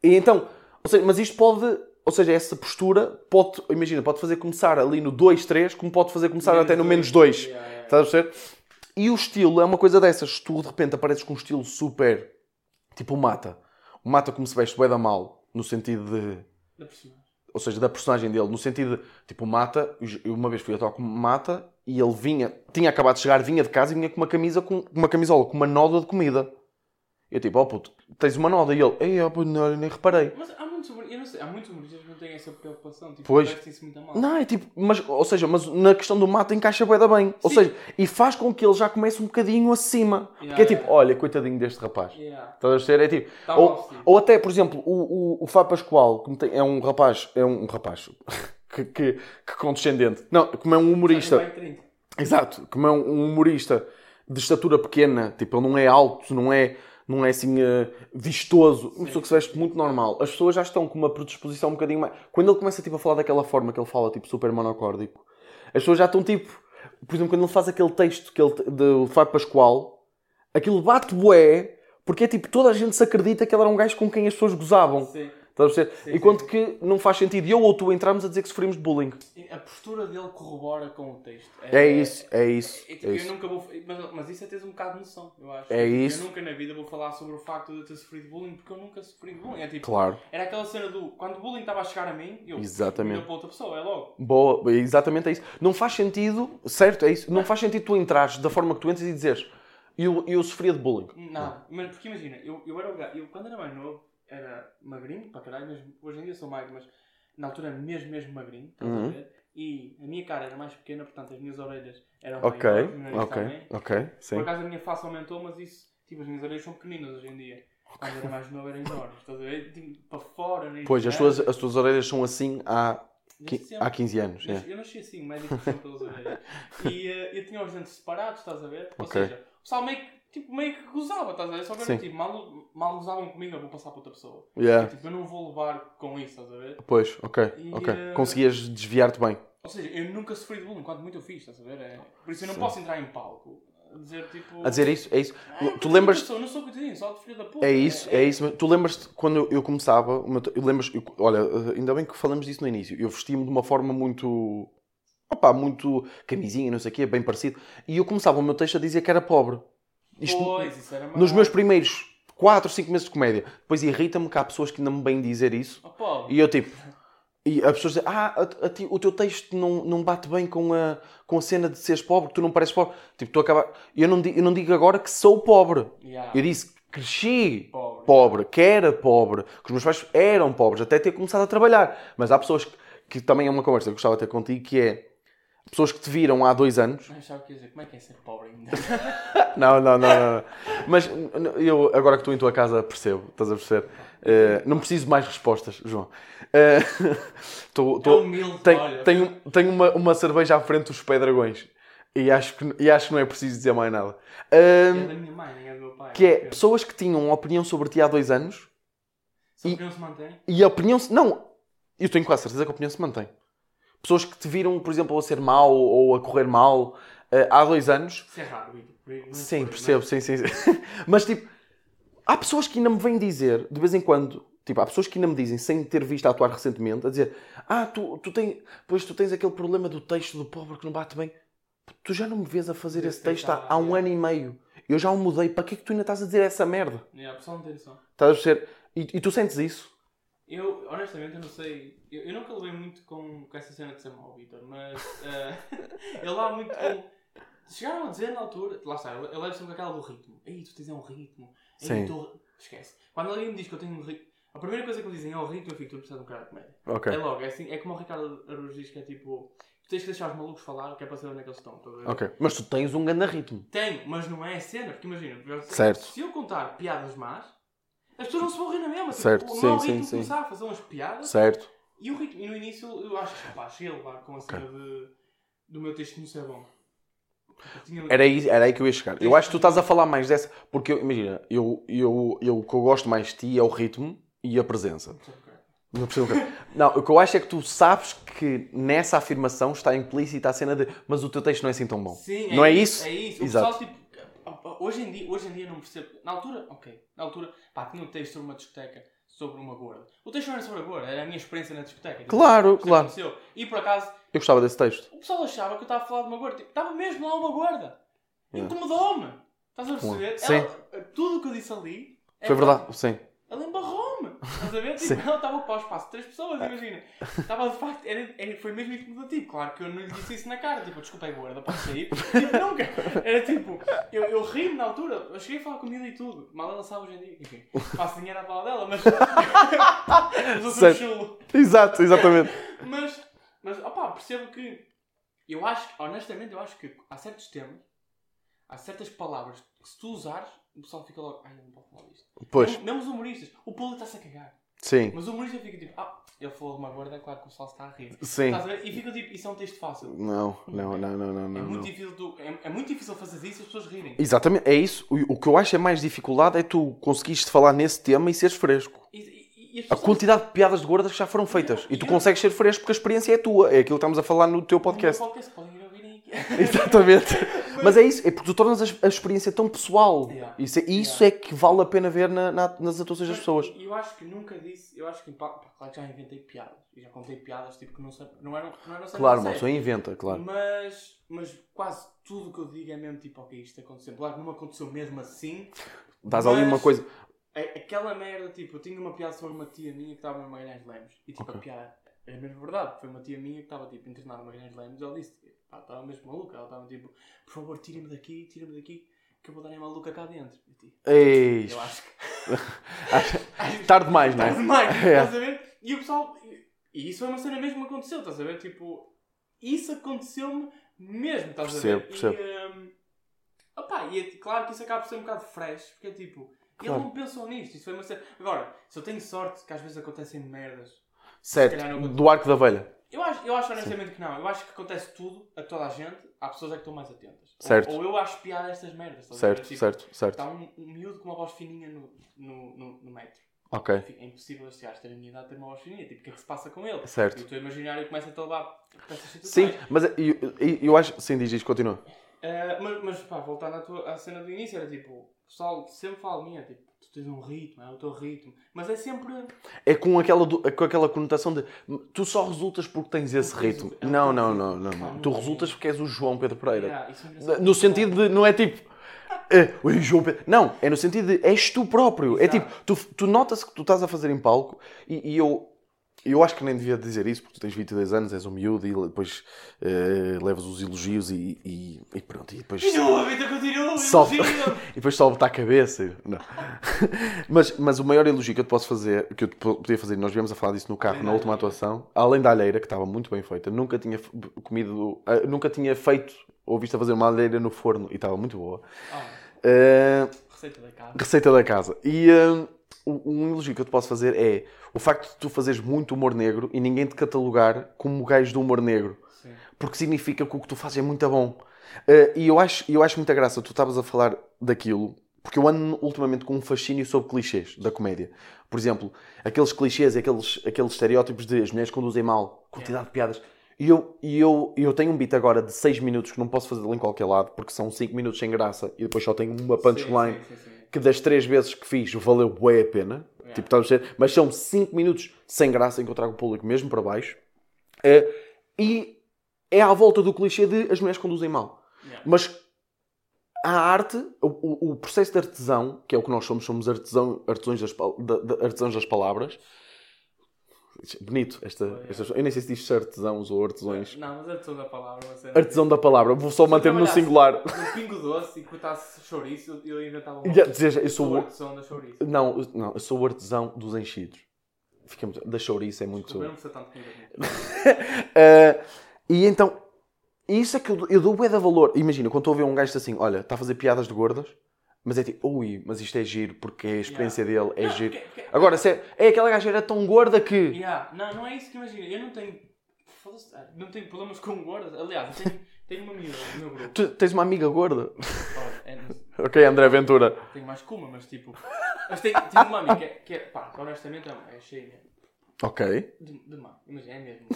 E então, ou seja, mas isto pode, ou seja, essa postura pode, imagina, pode fazer começar ali no 2, 3, como pode fazer começar até no menos 2.
Yeah, yeah.
Estás a perceber? E o estilo é uma coisa dessas. Tu de repente apareces com um estilo super. Tipo o Mata. O Mata, como se veste, bué da mal. No sentido de.
Da personagem.
Ou seja, da personagem dele. No sentido de. Tipo o Mata. Eu uma vez fui a tocar com o Mata e ele vinha. Tinha acabado de chegar, vinha de casa e vinha com uma camisa. Com com uma camisola, com uma nódoa de comida. Eu tipo, oh puto, tens uma nódoa. E ele, ei, oh puto, não, nem reparei.
Mas há muitos humoristas, eu não sei, há muitos humoristas que não têm essa preocupação. Tipo,
Pois.
vestem-se muito a mal.
Não, é tipo, mas, ou seja, mas na questão do mato encaixa bué da bem. Ou
Sim.
seja, e faz com que ele já comece um bocadinho acima.
Yeah,
Porque é tipo,
yeah.
olha, coitadinho deste rapaz.
Yeah.
Estás a perceber? É tipo,
Tá mal
ou,
vestido.
ou até, por exemplo, o, o, o Fábio Pascoal, como tem- é um rapaz, é um rapaz que, que, que condescendente. Não, como é um humorista.
Vai 30.
Exato, como é um um humorista de estatura pequena, tipo, ele não é alto, não é, não é assim eh, vistoso, uma pessoa que se veste muito normal. As pessoas já estão com uma predisposição um bocadinho mais. Quando ele começa tipo, a falar daquela forma que ele fala, tipo, super monocórdico, as pessoas já estão tipo. Por exemplo, quando ele faz aquele texto que ele, te- do Fábio Pascoal, aquilo bate bué, porque é tipo, toda a gente se acredita que ele era um gajo com quem as pessoas gozavam.
Sim.
Estás a perceber?
Sim,
Enquanto que não faz sentido eu ou tu entrarmos a dizer que sofremos de bullying.
A postura dele corrobora com o texto.
É isso, é isso.
É, tipo,
É
eu
isso.
nunca vou. Mas, mas isso é teres um bocado de noção, eu acho.
É
Tipo,
isso.
Eu nunca na vida vou falar sobre o facto de eu ter sofrido bullying porque eu nunca sofri bullying. É tipo,
Claro.
Era aquela cena do. Quando o bullying estava a chegar a mim, eu.
Exatamente.
olhei para outra pessoa, é logo.
Boa, exatamente é isso. Não faz sentido, certo, é isso. Não faz sentido tu entrares da forma que tu entras e dizeres eu, eu sofria de bullying.
Nada. Mas, porque imagina, eu, eu era o gajo. Eu quando era mais novo, era magrinho para caralho, mas hoje em dia sou magro, mas na altura mesmo, mesmo magrinho, estás a
Uhum.
ver? E a minha cara era mais pequena, portanto as minhas orelhas eram
Ok,
maiores, o meu nariz
ok,
também.
ok,
Por
sim.
acaso a minha face aumentou, mas isso, tipo, as minhas orelhas são pequeninas hoje em dia. Quando era mais novo eram enormes, estás a ver? Tipo, para fora, nariz
Pois, as
grande,
tuas, as tuas orelhas são assim há,
desde
qui-
sempre.
há 15 anos.
Mas
é.
Eu nasci assim, médico sempre pelas orelhas. E eh, eu tinha os dentes separados, estás a ver? Ou
Ok.
seja, o pessoal meio que, tipo, meio que gozava, estás a ver? Só que era
Sim. É.
tipo, mal, mal gozavam comigo, eu vou passar para outra pessoa.
Yeah.
Tipo, eu não vou levar com isso, estás a ver?
Pois, ok,
E,
ok.
eh,
Conseguias desviar-te bem.
Ou seja, eu nunca sofri de bullying, quanto muito eu fiz, estás a ver? É, por isso eu não
Sim.
posso entrar em palco a dizer tipo.
A dizer isso, é isso.
"Ah, eu
tu
sou
lembras-te-
uma pessoa, Eu não sou coitadinho, só de filho da puta.
É isso, é isso. mesmo. Tu lembras-te quando eu- eu começava, o meu t- eu lembras, eu- olha, eh, ainda bem que falamos disso no início. Eu vestia-me de uma forma muito, opá, muito camisinha, não sei o quê, bem parecido. E eu começava o meu texto a dizer que era pobre. Isto
Pois, isso era
nos
mau.
meus primeiros 4, 5 meses de comédia. Depois irrita-me que há pessoas que ainda me bem dizer isso.
Oh, pô,
E eu tipo, e as pessoas dizem, ah, a- a ti- o teu texto não, não bate bem com a, com a cena de seres pobre, que tu não pareces pobre. Tipo, tu acaba... eu, não, di- eu não digo agora que sou pobre.
yeah,
Eu disse, cresci
pobre.
pobre, que era pobre, que os meus pais eram pobres, até ter começado a trabalhar. Mas há pessoas que, que também é uma conversa que eu gostava de ter contigo, que é pessoas que te viram há dois anos.
Não achava que ia dizer, como é que é ser pobre ainda?
Não, não, não, não. não. Mas n- n- eu, agora que estou em tua casa, percebo, estás a perceber? Eh, não preciso de mais respostas, João. Eh, tô-
É
tô-
humilde, olha.
tenho, tenho, tenho um, uma, uma cerveja à frente dos pé-dragões. E acho, que, e acho que não é preciso dizer mais nada.
É
Ahm,
da minha mãe, nem é do meu pai.
que é
Eu-
pessoas que tinham uma opinião sobre ti há dois anos
Só
E-
que não se mantém.
E a opinião. se- Não, eu tenho quase certeza que a opinião se mantém. Pessoas que te viram, por exemplo, a ser mal ou a correr mal eh, há dois anos.
Isso é raro, Vitor. por aí- muito
Sim,
por aí,
percebo, sim, sim. sim. Mas tipo, há pessoas que ainda me vêm dizer, de vez em quando, tipo, há pessoas que ainda me dizem, sem ter visto a atuar recentemente, a dizer: Ah, tu, tu tens. Pois tu tens aquele problema do texto do pobre que não bate bem. Tu já não me vês a fazer
Deve
esse texto há,
tentar,
há um
é.
ano e meio. Eu já o mudei. Para que é que tu ainda estás a dizer essa merda?
mas- Yeah, o pessoal não tem noção.
Estás a perceber? E, e tu sentes isso?
Eu, honestamente, eu não sei. Eu, eu nunca levei muito com, com essa cena de ser mau, Vitor, mas. eh, eu levo muito com. Chegaram a dizer na altura. Lá está, eu, eu levo sempre aquela do ritmo. Ei, tu tens é um ritmo. Ei,
Sim.
tu- Esquece. Quando alguém me diz que eu tenho um ritmo. A primeira coisa que me dizem é o ritmo, eu fico, tu não precisas de um cara de comédia.
Ok.
É logo, é assim. É como o Ricardo Aruz diz que é tipo. Tu tens que deixar os malucos falar, que é para saber onde é que eles estão. estás a ver?
Ok. Mas tu tens um grande ritmo.
Tenho, mas não é a cena, porque imagina, eu-
Certo.
se eu contar piadas más, as pessoas não se vão rir na mesma.
Certo,
tipo, o
sim,
mau
sim,
ritmo
sim.
começar a fazer umas piadas
Certo.
e, o ritmo, e no início eu acho que pá, cheguei a levar com a cena de, do meu texto não ser bom. Eu tinha-
Era aí, era aí que eu ia chegar. Eu acho que tu estás a falar mais dessa. Porque, eu- imagina, eu, eu, eu, o que eu gosto mais de ti é o ritmo e a presença. Não, percebo o quê. Não, o que eu acho é que tu sabes que nessa afirmação está implícita a cena de mas o teu texto não é assim tão bom.
Sim,
não é isso?
É isso. O
Exato.
pessoal, tipo, hoje em, dia, hoje em dia não percebo. Na altura, ok. Na altura, pá, tinha um texto sobre uma discoteca, sobre uma gorda. O texto não era sobre a gorda, era a minha experiência na discoteca.
Claro,
Isto
claro.
aconteceu. E por acaso,
Eu gostava desse texto.
O pessoal achava que eu estava a falar de uma gorda. Tipo, estava mesmo lá uma gorda. Incomodou-me. Estás a perceber?
Sim.
Ela- tudo o que eu disse ali. é
Foi
verdade.
verdade? Sim.
Ela embarrou-me. Estás a ver?
Sim. É.
Tipo, ela estava a ocupar o espaço de três pessoas, imagina. Estava de facto. Era, era- foi mesmo incomodativo. Claro que eu não lhe disse isso na cara. Tipo, desculpa aí, gorda, pode sair. tipo, nunca. Era tipo. Eu, eu ri-me na altura. Eu cheguei a falar com ela e tudo. Mal ela sabe hoje em dia. Enfim, faço dinheiro à pala dela, mas. mas eu sou
Certo.
chulo.
Exato, exatamente.
Mas, mas opá, percebo que eu acho, honestamente, eu acho que há certos temas, há certas palavras que se tu usares, o pessoal fica logo, ai, não posso falar disto.
Pois,
Mesmo, mesmo os humoristas, o público está-se a cagar.
sim.
Mas o humorista fica tipo, ah, ele falou de uma gorda, é claro que o pessoal está a rir.
Sim.
Estás a ver? E fica tipo, isso é um texto fácil.
Não, não, não, não, não,
é,
não.
muito
não.
difícil tu, é, é muito difícil fazer isso e as pessoas rirem.
Exatamente, é isso. O, o que eu acho é mais dificuldade é tu conseguiste falar nesse tema e seres fresco.
E, e- e as
A
pessoas
quantidade de piadas de gordas que já foram feitas. E tu consegues ser fresco porque a experiência é tua. É aquilo que estamos a falar no teu
no meu
podcast.
podcast podem ir ouvirem aqui.
Exatamente. Mas é isso. É porque tu tornas a, a experiência tão pessoal.
Yeah.
Isso é, e isso é que vale a pena ver na- na- nas atuações das
Mas
pessoas.
Eu acho que nunca disse, eu acho que pá, pá, claro que já inventei piadas. E já contei piadas tipo que não, sei, não eram, não eram sempre
Claro,
a
uma
sério.
pessoa inventa, claro.
Mas, mas quase tudo o que eu digo é mesmo tipo, ok, isto aconteceu. Claro que não me aconteceu mesmo assim.
Dás ali uma
Mas-
coisa.
A- Aquela merda, tipo, eu tinha uma piada sobre uma tia minha que estava no Magalhães Lemos. E tipo,
Ok.
a piada é mesmo verdade. Foi uma tia minha que estava tipo internada no Magalhães Lemos e ela disse, pá, estava mesmo maluca. Ela estava tipo, por favor, tira-me daqui, tira-me daqui, que eu vou dar em maluca cá dentro. Eu, tipo,
Ei,
eu acho que.
tarde demais, não
Está
é?
demais,
É.
estás a ver? E o pessoal. E E isso é uma cena mesmo que aconteceu, estás a ver? Tipo, isso aconteceu-me mesmo, estás
Percebo,
a ver?
percebo.
E, hum, opá, e é, claro que isso acaba por ser um bocado fresh, porque é tipo,
Claro.
ele não pensou nisto, isso foi uma cena. Agora, se eu tenho sorte que às vezes acontecem merdas, calhar
Certo,
não-
do arco da velha.
eu acho, eu acho honestamente que não, eu acho que acontece tudo a toda a gente, há pessoas é que estão mais atentas. Ou-
Certo.
Ou, eu acho piada a estas merdas, estás a ver?
Certo,
Tipo,
certo, certo.
Está um, um miúdo com uma voz fininha no, no, no, no metro.
Ok.
Enfim, É impossível este gajo ter a minha idade ter uma voz fininha. Tipo, o que é que se passa com ele?
Certo.
E o teu imaginário começa-te a levar para essas
Sim,
situações.
mas eu, eu- eu acho. Sim, diz, diz, continua.
Ah, mas, mas pá, voltando à, tua, à cena do início, era tipo, o pessoal sempre fala minha, tipo, tu tens um ritmo, é o teu ritmo. Mas é sempre.
É com aquela, do- com aquela conotação de tu só resultas porque tens esse
Porque tens
ritmo.
o- é.
Não, não, não, não. não. Tu resultas porque és o João Pedro Pereira.
Yeah, isso é engraçado.
No sentido de, não é tipo. eh, oi, João Pedro. Não, é no sentido de és tu próprio. É
Exato.
tipo, tu, tu notas que tu estás a fazer em palco e, e eu. Eu acho que nem devia dizer isso porque tu tens 22 anos, és um miúdo e depois eh, levas os elogios e, e, e pronto. E depois
Continua, Vitor, continua!
Salve.
imagina.
e depois sobe-te à cabeça. e- Não. mas, mas o maior elogio que eu te posso fazer, que eu te po- podia fazer, e nós viemos a falar disso no carro
Além
na
da
última
alheira.
atuação, além da alheira, que estava muito bem feita, nunca tinha f- comido, ah, nunca tinha feito ou visto a fazer uma alheira no forno e estava muito boa.
Ah,
Ah,
receita da casa.
receita da casa. E ah, o- um elogio que eu te posso fazer é o facto de tu fazeres muito humor negro e ninguém te catalogar como gajo do humor negro
Sim.
porque significa que o que tu fazes é muito bom. Eh, e eu acho, eu acho muita graça, tu estavas a falar daquilo, porque eu ando ultimamente com um fascínio sobre clichês da comédia. Por exemplo, aqueles clichês, aqueles, aqueles estereótipos de as mulheres conduzem mal, quantidade de piadas. E eu, e eu, e eu tenho um beat agora de 6 minutos que não posso fazer em qualquer lado, porque são 5 minutos sem graça e depois só tenho uma punchline
Sim, sim, sim, sim.
que das três vezes que fiz valeu bem a pena,
Yeah.
tipo, estás a dizer, mas são 5 minutos sem graça em que eu trago o público mesmo para baixo. Eh, e é à volta do clichê de as mulheres conduzem mal.
Yeah.
Mas a arte, o, o- o processo de artesão, que é o que nós somos, somos artesão, artesões, das, pal- da- da- artesãos das palavras. Bonito, esta,
Oh, yeah.
esta- eu nem sei se diz artesãos ou artesões.
Não, mas artesão da palavra, uma cena.
Artesão da palavra, vou só manter-me no
trabalhasse
singular.
Um pingo doce e cortasse chouriço, eu inventava um.
E a dizer, eu
Sou
sou
o
o
artesão da chouriço.
Não, eu- não, eu sou o artesão dos enchidos. Fica muito... Da chouriça é muito...
Desculpa, eu não precisa tanto de comida comigo.
Ah, e então, isso é que eu, dou- eu dou bué de valor. Imagina, quando estou a ver um gajo assim, olha, está a fazer piadas de gordas, mas é tipo, ui, mas isto é giro, porque a experiência dele é
Não,
giro.
porque- porque-
Agora, se é, é aquela gaja era tão gorda que...
Yeah, Não, não é isso que imagina. Eu não tenho. foda-se, ah, Não tenho problemas com gordas. Aliás, eu tenho, tenho uma miúda no meu grupo.
Tu tens uma amiga gorda?
Olha, é, não-
ok, André Ventura.
tenho mais que uma, mas tipo. Mas tenho, tenho uma amiga que é, que é. Pá, honestamente é, uma- é cheia
Ok.
de, de má. Imagina, é mesmo.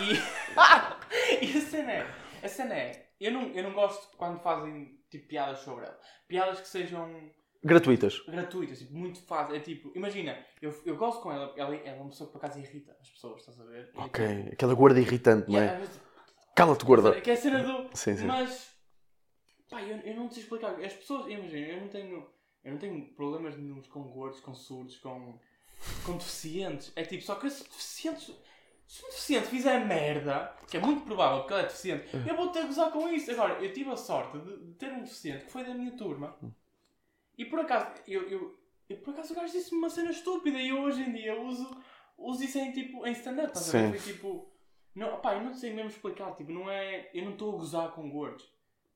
E, e a cena é. A cena é. Eu não, eu não gosto quando fazem tipo piadas sobre ela. Piadas que sejam.
Gratuitas.
gratuitas, tipo, muito fácil. É tipo, imagina, eu, eu gosto com ela, ela, ela é uma pessoa que por acaso irrita as pessoas, estás a ver?
Ok. Aquela gorda irritante,
E
não
é-
é?
às vezes,
Cala-te, gorda.
Que é a cena do.
Sim, sim.
Mas, pá, eu, eu não te sei explicar. As pessoas, imagina, eu não tenho, eu não tenho problemas nenhuns com gordos, com surdos, com, com deficientes. É tipo, só que esses deficientes. Se um deficiente fizer merda, que é muito provável porque ele é deficiente, eu vou ter que gozar com isso. Agora, eu tive a sorte de, de ter um deficiente que foi da minha turma
Hum.
e por acaso, eu, eu, eu- por acaso o gajo disse-me uma cena estúpida e eu hoje em dia uso, uso isso em, tipo, em stand-up. estás a ver?
Sim.
Foi tipo, não, pá, eu não sei mesmo explicar, tipo, não é, eu não estou a gozar com gordos,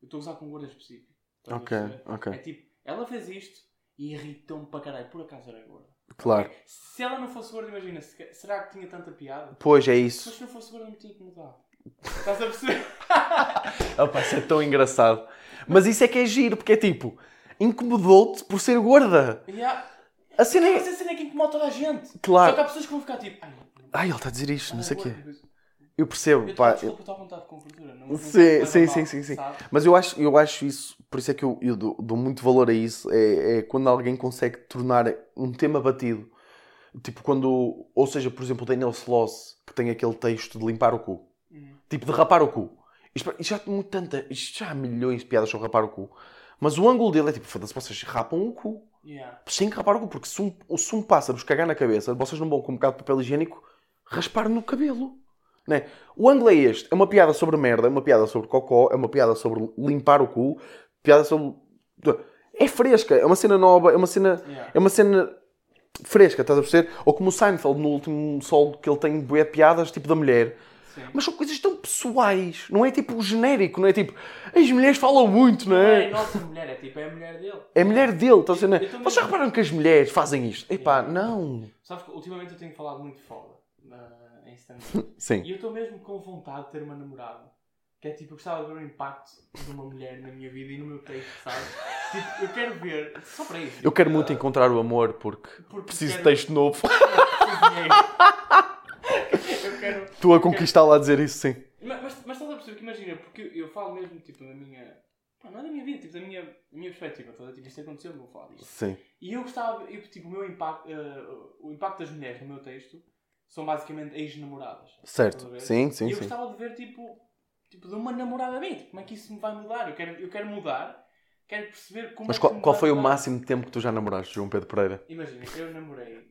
eu estou a gozar com gordas específicas. estás a
Ok,
perceber? É
ok.
tipo, ela fez isto e irritou-me para caralho, por acaso era gorda.
Claro.
Se ela não fosse gorda, imagina, se- será que tinha tanta piada?
Pois, é isso.
Mas se não fosse gorda, não tinha que mudar. Estás a perceber?
Opa, isso é tão engraçado. Mas isso é que é giro, porque é tipo, incomodou-te por ser gorda.
yeah.
A cena é.
Essa cena é que incomoda toda a gente. Só que
Claro.
há pessoas que vão ficar tipo, ai, não,
Ai, ele está a dizer isto, não sei o
ela é
quê.
gorda, mas-
Eu percebo,
Eu,
é pá.
desculpa, estou à vontade com gordura. Não, não
Sim,
me leva
sim,
mal,
sim, sim, sim.
sabe?
Mas eu acho, eu acho isso, por isso é que eu, eu dou, dou muito valor a isso, é, é quando alguém consegue tornar um tema batido. Tipo quando, ou seja, por exemplo, o Daniel Sloss, que tem aquele texto de limpar o cu.
Hum.
Tipo, de rapar o cu. Isto, isto já tem muito tanta, isto já há milhões de piadas sobre rapar o cu. Mas o ângulo dele é tipo, foda-se, vocês rapam o cu.
Yeah.
Vocês têm que rapar o cu, porque se um, se um pássaro vos cagar na cabeça, vocês não vão com um bocado de papel higiênico raspar no cabelo. Né? O ângulo é este. É uma piada sobre merda, é uma piada sobre cocó, é uma piada sobre limpar o cu, piada sobre... É fresca, é uma cena nova, é uma cena...
Yeah.
É uma cena fresca, estás a perceber? Ou como o Seinfeld no último solo que ele tem bué de piadas, tipo da mulher.
Sim.
Mas são coisas tão pessoais, não é tipo genérico, não é tipo as mulheres falam muito, não
Não é
é?
a nossa mulher, é tipo, é a mulher dele.
É a mulher dele, estás a
Eu
ver?
também-
Vocês já repararam que as mulheres fazem isto? Epá, não.
Sabes que ultimamente eu tenho falado muito foda na- em stand-up.
Sim.
e eu estou mesmo com vontade de ter uma namorada. Que é tipo, eu gostava de ver o impacto de uma mulher na minha vida e no meu texto, sabes? tipo, eu quero ver, só para isso. tipo,
Eu quero muito encontrar o amor porque
Porque
preciso de
quero-
texto novo.
eu quero.
Estou a conquistar lá a dizer isso, sim.
Mas, mas, mas estás a perceber que imagina, porque eu, eu falo mesmo tipo da minha. pá, não é da minha vida, tipo da minha, da minha perspectiva. Toda, tipo, isto aconteceu, vou falar disto.
Sim.
E eu gostava, eu, tipo, o meu impacto, eh, o impacto das mulheres no meu texto são basicamente ex-namoradas. Estás a
Certo.
ver?
Sim,
e
sim,
eu
sim.
gostava de ver, tipo, tipo, de uma namorada minha, tipo, como é que isso me vai mudar? Eu quero, eu quero mudar, quero perceber como
Mas
é
qual,
que
qual foi o
máximo?
máximo de tempo que tu já namoraste, João Pedro Pereira?
Imagina, eu namorei,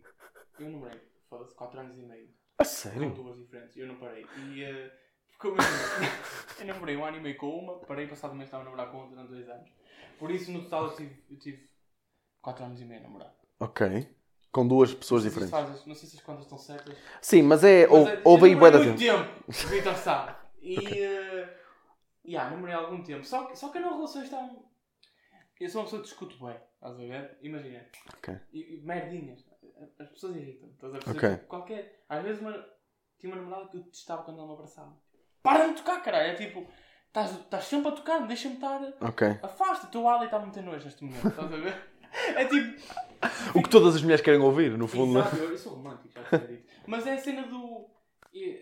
eu namorei, foda-se, 4 anos e meio,
A
com
sério?
duas diferentes, eu não parei. E, eh, porque eu, imagina, eu namorei um ano e meio com uma, parei passado um mês, estava a namorar com outra durante dois anos. Por isso, no total, eu tive, eu tive 4 anos e meio a namorar.
Ok. Com duas pessoas
Não sei se
diferentes.
fazes- Não sei se as contas estão certas.
Sim, mas é.
Mas,
ou-
eh,
Houve aí
eu namorei
bué da
muito
tempo.
tempo, Vitor sabe. E. eh, yeah, namorei há algum tempo. Só que, só que eu não relações tão. é um- Eu sou uma pessoa que discuto bem, estás a ver? Imagina.
Ok.
E, e merdinhas. As pessoas irritam, estás a
Ok.
perceber? Tipo, Qualquer. Às vezes uma... tinha uma namorada que eu testava quando ela me abraçava. Para de me tocar, caralho! É tipo. Estás estás sempre a tocar-me, deixa-me estar.
Ok.
Afasta, o teu ali está muito a nojo neste momento, estás a ver? É tipo.
O que todas as mulheres querem ouvir, no fundo. é?
Exato, eu, eu sou romântico, já tinha dito. Mas é a cena do. Eu,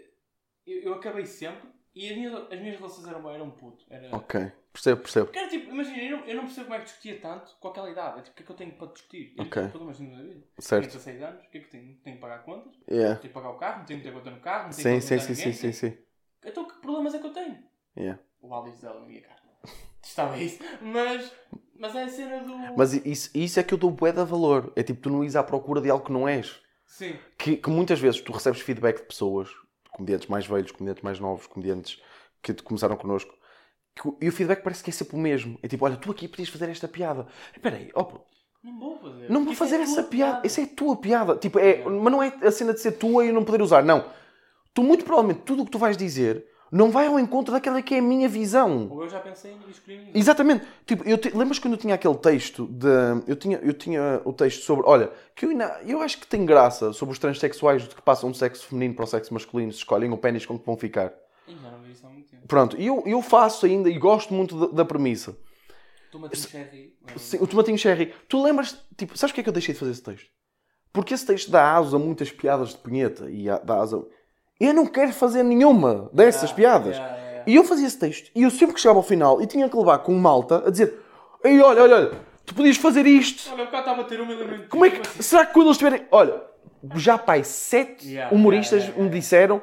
eu- eu acabei sempre e as minhas, as minhas relações eram, eram um puto. Era,
Ok. Percebo, percebo.
Porque era tipo, imagina, eu não, eu não percebo como é que discutia tanto com aquela idade. É tipo, o que é que eu tenho para discutir? Eu
Ok.
tenho problemas na minha vida. Tenho
Certo.
16 anos, o que é que eu tenho? Tenho que pagar contas,
Yeah.
tenho que pagar o carro, não tenho que ter conta no carro, não tenho
Sim,
que
sim,
contar
sim,
Tipo,
sim,
ninguém,
sim, sim.
Então que problemas é que eu tenho?
Yeah.
O Alice dela na minha cara. Estava isso. Mas, mas é a cena do.
Mas isso, isso é que eu dou bué de valor. É tipo, tu não ires à procura de algo que não és.
Sim.
que, que muitas vezes tu recebes feedback de pessoas, comediantes mais velhos, comediantes mais novos, comediantes que te começaram connosco, que o- e o feedback parece que é sempre o mesmo. É tipo, olha, tu aqui podias fazer esta piada. Espera aí, opa,
Não vou fazer.
não vou
Isso é
fazer
tua
essa piada. Essa é a tua piada. Tipo, é,
Yeah.
mas não é a cena de ser tua e eu não poder usar. Não. Tu, muito provavelmente, tudo o que tu vais dizer não vai ao encontro daquela que é a minha visão.
Ou eu já pensei um em escolher
Exatamente. Tipo, eu te- lembras quando eu tinha aquele texto de. Eu tinha, eu tinha o texto sobre. Olha, que eu, ainda- eu acho que tem graça sobre os transexuais de que passam do sexo feminino para o sexo masculino, se escolhem o pênis com que vão ficar.
Ih, já não vi isso há muito tempo.
Pronto, e eu, eu faço ainda e gosto muito da, da premissa.
Toma-te um cherry.
Sim, o Tomatinho Sherry, tu lembras. Tipo, sabes porque é que eu deixei de fazer esse texto? Porque esse texto dá aso a muitas piadas de punheta e a- dá aso. a- Eu não quero fazer nenhuma dessas
Ah,
piadas.
Yeah, yeah, yeah.
E eu fazia esse texto, e eu sempre que chegava ao final e tinha que levar com um malta a dizer: Ei, olha, olha, olha, tu podias fazer isto.
Olha, o cara estava a ter uma elemento.
Como é que. Será que quando eles tiverem. Olha, já pai, sete
Yeah,
humoristas
yeah, yeah,
me disseram.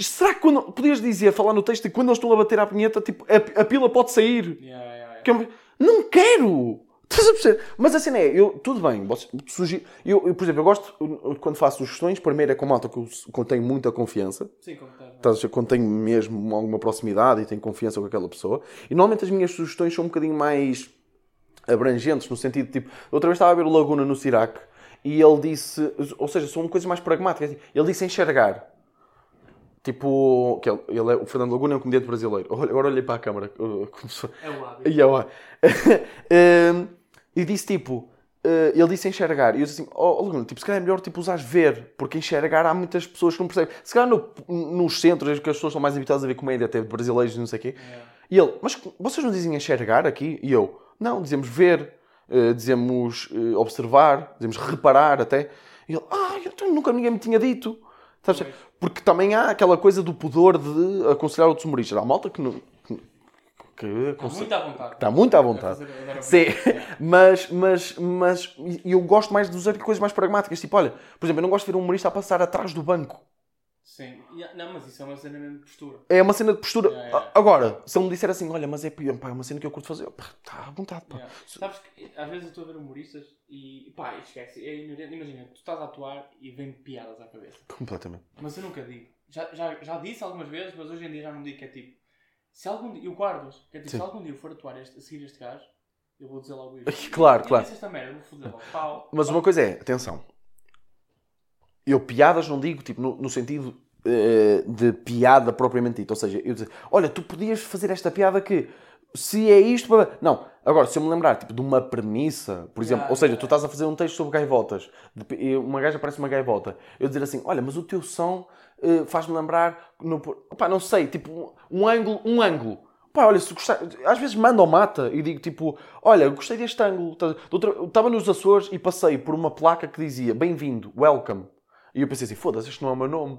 Será que quando. Podias dizer, falar no texto, que quando eles estão a bater à punheta, tipo, a, a pila pode sair?
Yeah, yeah, yeah.
Que eu- Não quero! Estás a perceber? Mas a cena é, eu, tudo bem, você- sugi- eu, eu, por exemplo, eu gosto, eu- quando faço sugestões, primeiro é com malta que eu s- que eu tenho muita confiança,
Sim, como estás.
Estás a ver? Quando tenho mesmo alguma proximidade e tenho confiança com aquela pessoa. E normalmente as minhas sugestões são um bocadinho mais abrangentes, no sentido de tipo, outra vez estava a ver o Laguna no Sirac e ele disse, ou seja, são coisas mais pragmáticas. assim, Ele disse enxergar. Tipo, que ele, ele é, o Fernando Laguna é um comediante brasileiro. Olha, Agora olhei para a câmara. uh, Começou.
É o hábito.
E eu, ah, hum, e disse tipo, eh, ele disse enxergar. E eu disse assim, oh, oh, Laguna, tipo, se calhar é melhor tipo, usar ver, porque enxergar há muitas pessoas que não percebem. Se calhar no- nos centros, é que as pessoas são mais habituadas a ver comédia, até brasileiros e não sei o quê.
Yeah.
E ele, mas vocês não dizem enxergar aqui? E eu, não, dizemos ver, eh, dizemos eh, observar, dizemos reparar até. E ele, ah, então nunca ninguém me tinha dito. Sabes?
Pois.
Porque também há aquela coisa do pudor de aconselhar outros humoristas. Há malta que não... que- Que
Está
aconselha-
Tá muito à vontade.
Está Tá muito à
A
vontade.
fazer- a dar a-
Sim, mas, mas, mas eu gosto mais de usar coisas mais pragmáticas. Tipo, olha, por exemplo, eu não gosto de ver um humorista a passar atrás do banco.
Sim. Yeah, Não, mas isso é uma cena mesmo de postura.
É uma cena de postura.
Yeah, yeah.
A- Agora, se ele me disser assim, olha, mas é pá, é uma cena que eu curto fazer, pá, está à vontade, pá.
Yeah. Sabes que eh, às vezes eu estou a ver humoristas e. pá, esquece. É ignorante. Imagina, tu estás a atuar e vem piadas à cabeça.
Completamente.
Mas eu nunca digo. Já, já, já disse algumas vezes, mas hoje em dia já não digo que é tipo. Se algum dia. Eu guardo-as. Que é tipo,
Sim.
se algum dia eu for atuar este, a seguir este gajo, eu vou dizer logo isto.
Claro,
Eu
claro.
disse esta merda, vou foder logo. Pau.
Mas uma coisa é, atenção, eu piadas não digo, tipo, no, no sentido eh, de piada propriamente dita. Ou seja, eu dizer, olha, tu podias fazer esta piada que se é isto. blá, blá." Não, agora, se eu me lembrar tipo, de uma premissa, por exemplo,
Yeah,
ou seja,
yeah,
tu estás a fazer um texto sobre gaivotas, de- e uma gaja parece uma gaivota, eu dizer assim, olha, mas o teu som eh, faz-me lembrar. No, opá, não sei, tipo, um ângulo, um ângulo. Pá, olha, se gostar, às vezes mando ao mata e digo tipo, olha, eu gostei deste ângulo. Tá- da outra- eu Estava nos Açores e passei por uma placa que dizia bem-vindo, welcome. E eu pensei assim, foda-se, este não é o meu nome.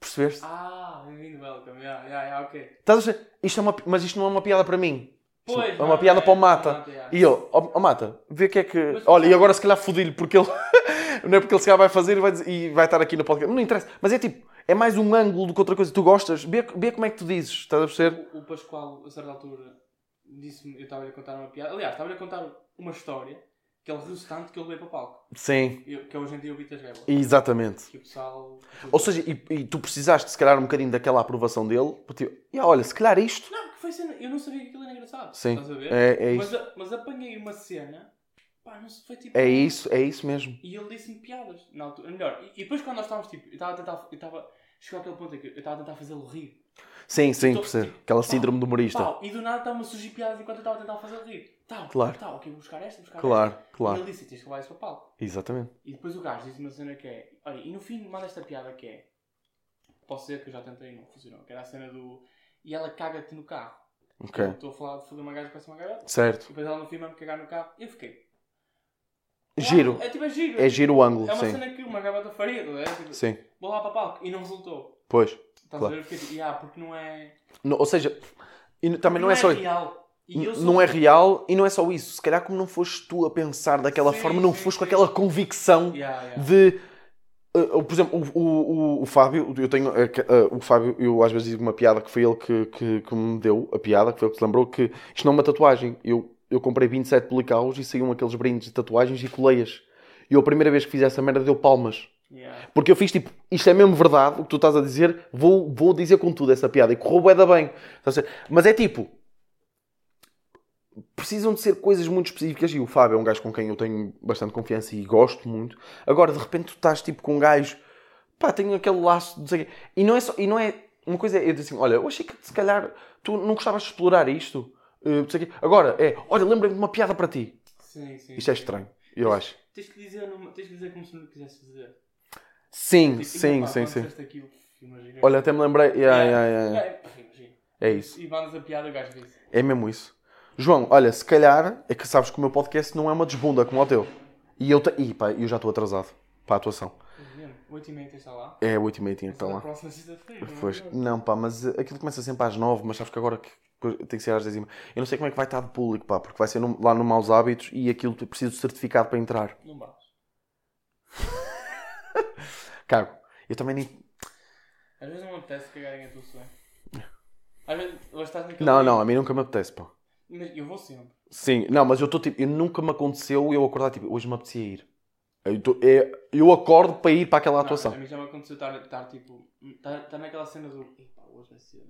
Percebeste?
Ah, bem-vindo, welcome. Yeah, yeah, yeah, ok.
Estás a dizer, isto é uma, mas isto não é uma piada para mim. Isto
Pois,
é uma
não,
piada
é,
para o Mata.
para o Mata, yeah.
E ele, ó ó, Mata, vê o que é que.
Mas-
Olha, e agora se calhar fodi-lhe, porque ele. não é porque ele se calhar vai fazer e vai, dizer- e vai estar aqui no podcast. Não interessa. Mas é tipo, é mais um ângulo do que outra coisa. Tu gostas, vê, vê como é que tu dizes, estás a perceber?
O, o Pascoal, a certa altura, disse-me, eu estava-lhe a contar uma piada. Aliás, estava-lhe a contar uma história que ele riu-se tanto que ele veio para o palco.
Sim,
Eu- que é hoje em dia o Vitas Gabriel.
exatamente.
Que o pessoal.
Ou seja, e, e tu precisaste se calhar um bocadinho daquela aprovação dele, porque tipo, "Ya, olha, se calhar isto.
Não, porque foi cena. Eu não sabia que aquilo era engraçado.
Sim,
Estás a ver?
É, é isso.
mas, a- mas apanhei uma cena. Pá, não sei, foi tipo.
É isso, é isso mesmo.
E ele disse-me piadas. Na altura. Melhor. E, e depois quando nós estávamos tipo. Eu estava a tentar. Eu estava. Chegou àquele ponto em que eu estava a tentar fazê-lo rir.
Sim, sim,
Tô-
percebo. Aquela síndrome do humorista.
Pau, e do nada estava-me a surgir piadas enquanto eu estava a tentar fazer rir. Tal,
é- Claro.
Tal, ok, vou buscar esta, vou buscar esta.
Claro,
E
claro.
ele disse: tens que levar isso para o palco.
Exatamente.
E depois o gajo disse uma cena que é. Olha, e no fim manda esta piada que é. Posso dizer que eu já tentei e não funcionou. Que era a cena do. E ela caga-te no carro. Eu
Ok.
Estou a falar de foder uma gaja que parece uma garota. E
Certo.
depois ela no fim vai-me cagar no carro. E eu fiquei.
Giro.
Ah, É tipo, é giro.
É giro o ângulo,
É uma
sim.
cena que uma garota faria, não é? Tipo,
Sim.
vou lá para o palco. E não resultou.
Pois.
Estás
Claro.
a ver? Porque, tipo, yeah, porque não é.
No- ou seja, e n- também não,
não
é só.
real. E eu
n-
sou- um- tipo,
Não é real e não é só isso. Se calhar, como não foste tu a pensar daquela
Sim,
forma, não
sim,
foste com
sim.
aquela convicção
Yeah, yeah.
de. eh, ou, por exemplo, o, o, o, o Fábio, eu tenho. eh, que, eh, o Fábio, eu às vezes digo uma piada que foi ele que, que, que me deu a piada, que foi ele que se lembrou, que isto não é uma tatuagem. Eu, eu comprei 27 policaus e saíam aqueles brindes de tatuagens e colheias. E eu, a primeira vez que fiz essa merda, deu palmas.
Yeah.
Porque eu fiz tipo, isto é mesmo verdade, o que tu estás a dizer, vou, vou dizer com tudo essa piada. E correu bué da bem. Estás a ver? Mas é tipo, precisam de ser coisas muito específicas. E o Fábio é um gajo com quem eu tenho bastante confiança e gosto muito. Agora, de repente, tu estás tipo com um gajo, pá, tenho aquele laço, não sei o quê. E não é só, e não é, uma coisa é eu dizer assim, olha, eu achei que se calhar tu não gostavas de explorar isto. eh, não sei o quê. Agora, é, olha, lembra-me de uma piada para ti.
Sim, sim.
Isto é
sim.
estranho, eu acho.
Tens que dizer, numa- tens que dizer como se não quisesse dizer.
Sim,
Tipo,
sim,
epá,
sim,
quando
sim.
disseste Aquilo, pff, imagina.
Olha, até me lembrei. Yeah, yeah, yeah, yeah.
É, pff, imagina.
É isso.
E mandas a piada, o gajo disse.
É mesmo isso. João, olha, se calhar é que sabes que o meu podcast não é uma desbunda como o teu. E eu, te... Ih, pá, eu já estou atrasado para a atuação.
Imagina, 8 e meia tens de estar lá.
É 8 e meia tinha que estar
Na
lá.
próxima sexta-feira. não é
Pois,
verdade?
não, pá, mas eh, aquilo começa sempre às 9, mas sabes que agora que que tem que ser às 10 e meia. Eu não sei como é que vai estar de público, pá, porque vai ser num- lá no Maus Hábitos e aquilo tu preciso de certificado para entrar.
Não vais.
Cago, eu também nem.
Às vezes não me apetece cagarem a tua sonho. Às vezes, hoje estás naquele.
Não,
dia-
não, a mim nunca me apetece, pá.
Mas eu vou sempre.
Sim, não, mas eu estou tipo, eu nunca me aconteceu eu acordar tipo, hoje me apetecia ir. Eu, tô- é- eu acordo para ir para aquela
Não,
atuação.
A mim já me aconteceu estar, estar tipo. Estar, estar naquela cena do. Epá, hoje vai ser.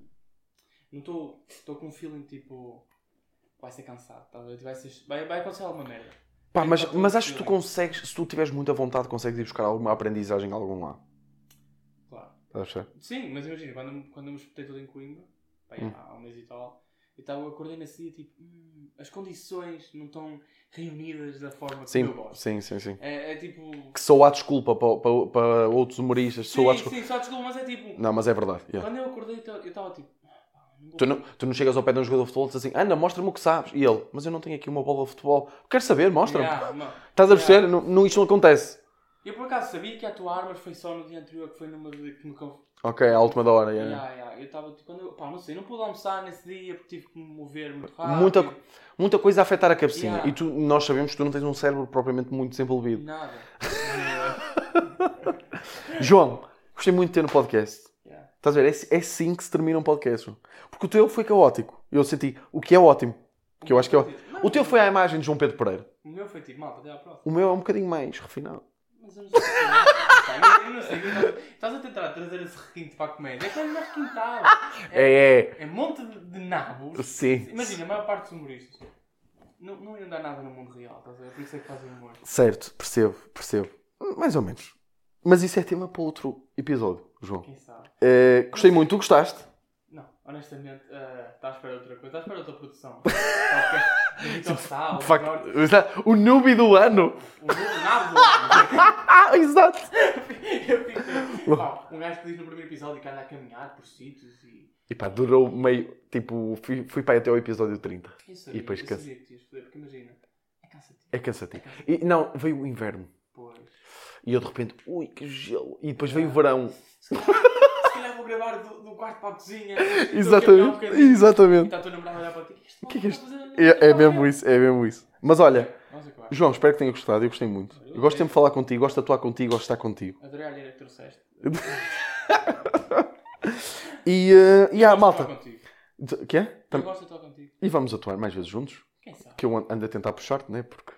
Não estou. Estou com um feeling tipo. Vai ser cansado, tá? a ver? vai, ser, vai, vai acontecer alguma merda.
Pá,
Tem
mas,
quatro
mas acho que tu
opções.
consegues, se tu tiveres muita vontade, consegues ir buscar alguma aprendizagem a algum lado.
Claro.
Estás a perceber?
Sim, mas imagina, quando, eu- quando eu me espetei tudo em Coimbra, bem,
Hum.
há um mês e tal, eu estava acordei nesse dia tipo. "Hum, as condições não estão reunidas da forma que eu
Sim,
gosto.
sim, sim, sim.
É, é tipo.
Que sou à desculpa para, para, para outros humoristas, sou à
Sim,
desculpa.
sim, só desculpa, mas é tipo.
Não, mas é verdade. yeah.
Quando eu acordei, eu estava tipo. "Ah, não vou
Tu, não, tu não chegas ao pé de um jogador de futebol e dizes assim, Ana, mostra-me o que sabes. E ele, mas eu não tenho aqui uma bola de futebol. Quero saber, mostra-me.
Yeah, não.
Estás a
Yeah.
perceber? Não, não- isto não acontece.
Eu por acaso sabia que a tua arma foi só no dia anterior que foi numa de que me conf...
Ok, à última da hora. yeah, yeah.
Ya, ya, Eu estava tipo, quando eu, pá, não sei, não pude almoçar nesse dia porque tive que me mover muito rápido.
Muita co- Muita coisa a afetar a cabecinha.
Yeah.
E tu, nós sabemos que tu não tens um cérebro propriamente muito desenvolvido.
Nada.
João, gostei muito de ter no podcast.
Ya.
Estás a ver? É, é assim que se termina um podcast. meu. Porque o teu foi caótico. Eu senti. O que é ótimo. Porque eu acho que é ótimo.
Não,
O teu foi à imagem de João Pedro Pereira.
tipo, O meu foi tipo, malta, até à próxima.
O meu é um bocadinho mais refinado.
Mas eu não sei. é Pá, eu- eu não sei. eu tava- Estás a tentar trazer esse requinte para a comédia. É que é melhor requintado.
É, é.
É um monte de, de nabos.
Sim.
Imagina, a maior parte dos humoristas não, não iam dar nada no mundo real, estás a ver? Por isso é que fazem humor.
Certo. Percebo. Percebo. Mais ou menos. Mas isso é tema para outro episódio, João.
Quem sabe?
Eh, gostei muito, tu gostaste?
Não, honestamente, eh, está à espera de outra coisa. Está à espera de outra produção. Podcast do Vitor Sá, o
De facto,
Eduardo-
exato, o noob do ano.
o Leonardo.
Ah, exato.
Eu fico- Pá, um gajo que diz no primeiro episódio que anda a caminhar por sítios e.
E pá, durou meio. Tipo, fui, fui para aí até o episódio 30.
Eu sabia,
E depois
eu
cansa-
sabia que tu ias foder, porque imagina, é cansativo.
É cansativo. E não, veio o inverno.
Pois.
E eu de repente, ui, que gelo. E depois veio o verão.
Se calhar, se calhar vou gravar do, do quarto para a cozinha. Estou aqui a olhar um
Exatamente.
bocadinho. E
Exatamente.
está a tua namorada a olhar para ti. "Este
que é que
maluco está a fazer nada
É, é
para
mesmo
ver."
isso, é mesmo isso. é. Mas olha,
Vamos acabar.
João, espero que tenha gostado. Eu gostei muito. Eu gosto sempre de falar contigo, gosto de atuar contigo, gosto de estar contigo.
Adorei a ideia que trouxeste.
Tá, E, eh, e ah,
Gosto de falar
malta. Tá.
contigo.
de- Quê?
Eu
Tam-
gosto de estar contigo.
E vamos atuar mais vezes juntos.
Quem sabe?
Que eu ando a tentar puxar-te, né? Porque.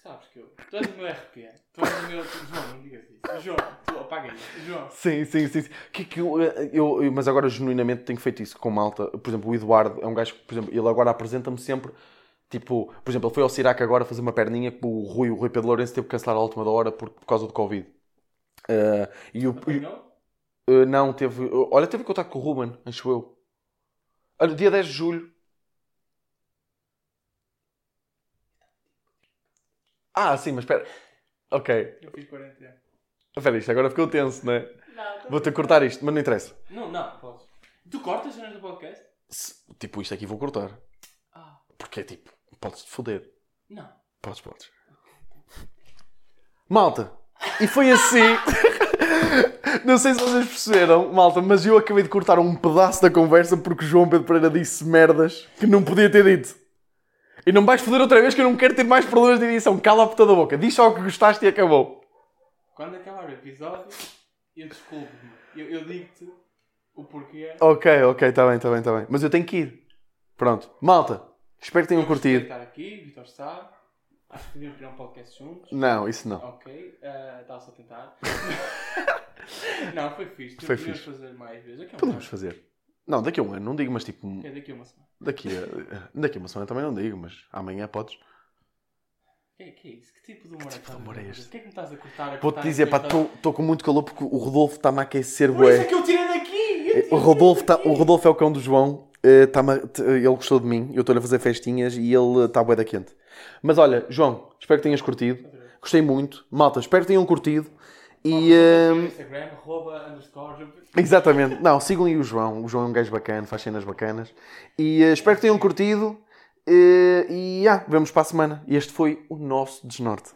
Sabes que eu. Tu és o meu RP. Tu és o meu. João, não digas isso. João, tu apaga isso. João.
Sim, sim, sim. sim. Que, que eu, eh, eu- eu- mas agora genuinamente tenho feito isso com malta. Por exemplo, o Eduardo é um gajo que, por exemplo, ele agora apresenta-me sempre. Tipo, por exemplo, ele foi ao Sirac agora fazer uma perninha que o Rui, o Rui Pedro Lourenço teve que cancelar à última hora por, por causa do Covid. Eh, e o, e-
Não?
eh, não, teve. Olha, teve contato com o Ruben, acho eu. Olha, dia 10 de julho. Ah, sim, mas espera. Ok.
Eu fiz 40.
Espera, isto agora ficou tenso, não é?
Não, tô-
Vou ter que cortar isto, mas não interessa.
Não, não, podes. Tu cortas as cenas do podcast?
Se- tipo, isto aqui vou cortar.
Ah,
Porque é tipo, podes-te foder.
não.
Podes, podes. Malta, e foi assim. Não sei se vocês perceberam, malta, mas eu acabei de cortar um pedaço da conversa porque João Pedro Pereira disse merdas que não podia ter dito. E não me vais foder outra vez que eu não quero ter mais problemas de edição. Cala a puta da boca. Diz só o que gostaste e acabou.
Quando acabar o episódio, eu desculpo-me. Eu, eu digo-te o porquê.
Ok, ok, está bem, está bem, está bem. Mas eu tenho que ir. Pronto. Malta, espero que tenham
Vou
curtido.
estar aqui, Vitor Sá. Acho que devíamos criar um podcast juntos.
Não, isso não.
Ok, ah, estava só a tentar. não, foi fixe.
Foi
Podemos
fixe.
fazer mais vezes. Aqui é um
Podemos
ano.
fazer. Não, daqui a um ano, não digo, mas tipo,
É daqui a uma semana.
Daqui a, daqui a uma semana também não digo, mas amanhã podes.
Que, é- que é isso? Que tipo de humor
tipo de humor é este?
O que é que me estás a cortar? a
Vou-te
cortar,
dizer,
a
pá,
cortar?
estou com muito calor porque o Rodolfo está-me a aquecer,
tá, Por isso é
bué.
que eu tirei daqui! eu
O
tirei
Rodolfo, tá,
daqui!
o Rodolfo é o cão do João, eh, tá-me a- te- ele gostou de mim, eu estou-lhe a fazer festinhas e ele está bué da quente. Mas olha, João, espero que tenhas curtido, gostei muito. Malta, espero que tenham curtido e...
No
eh,
Instagram, arroba, underscore.
exatamente, não, sigam aí o João, o João é um gajo bacana, faz cenas bacanas. E eh, espero que tenham curtido eh, e ah, vemos para a semana. E este foi o nosso Desnorte.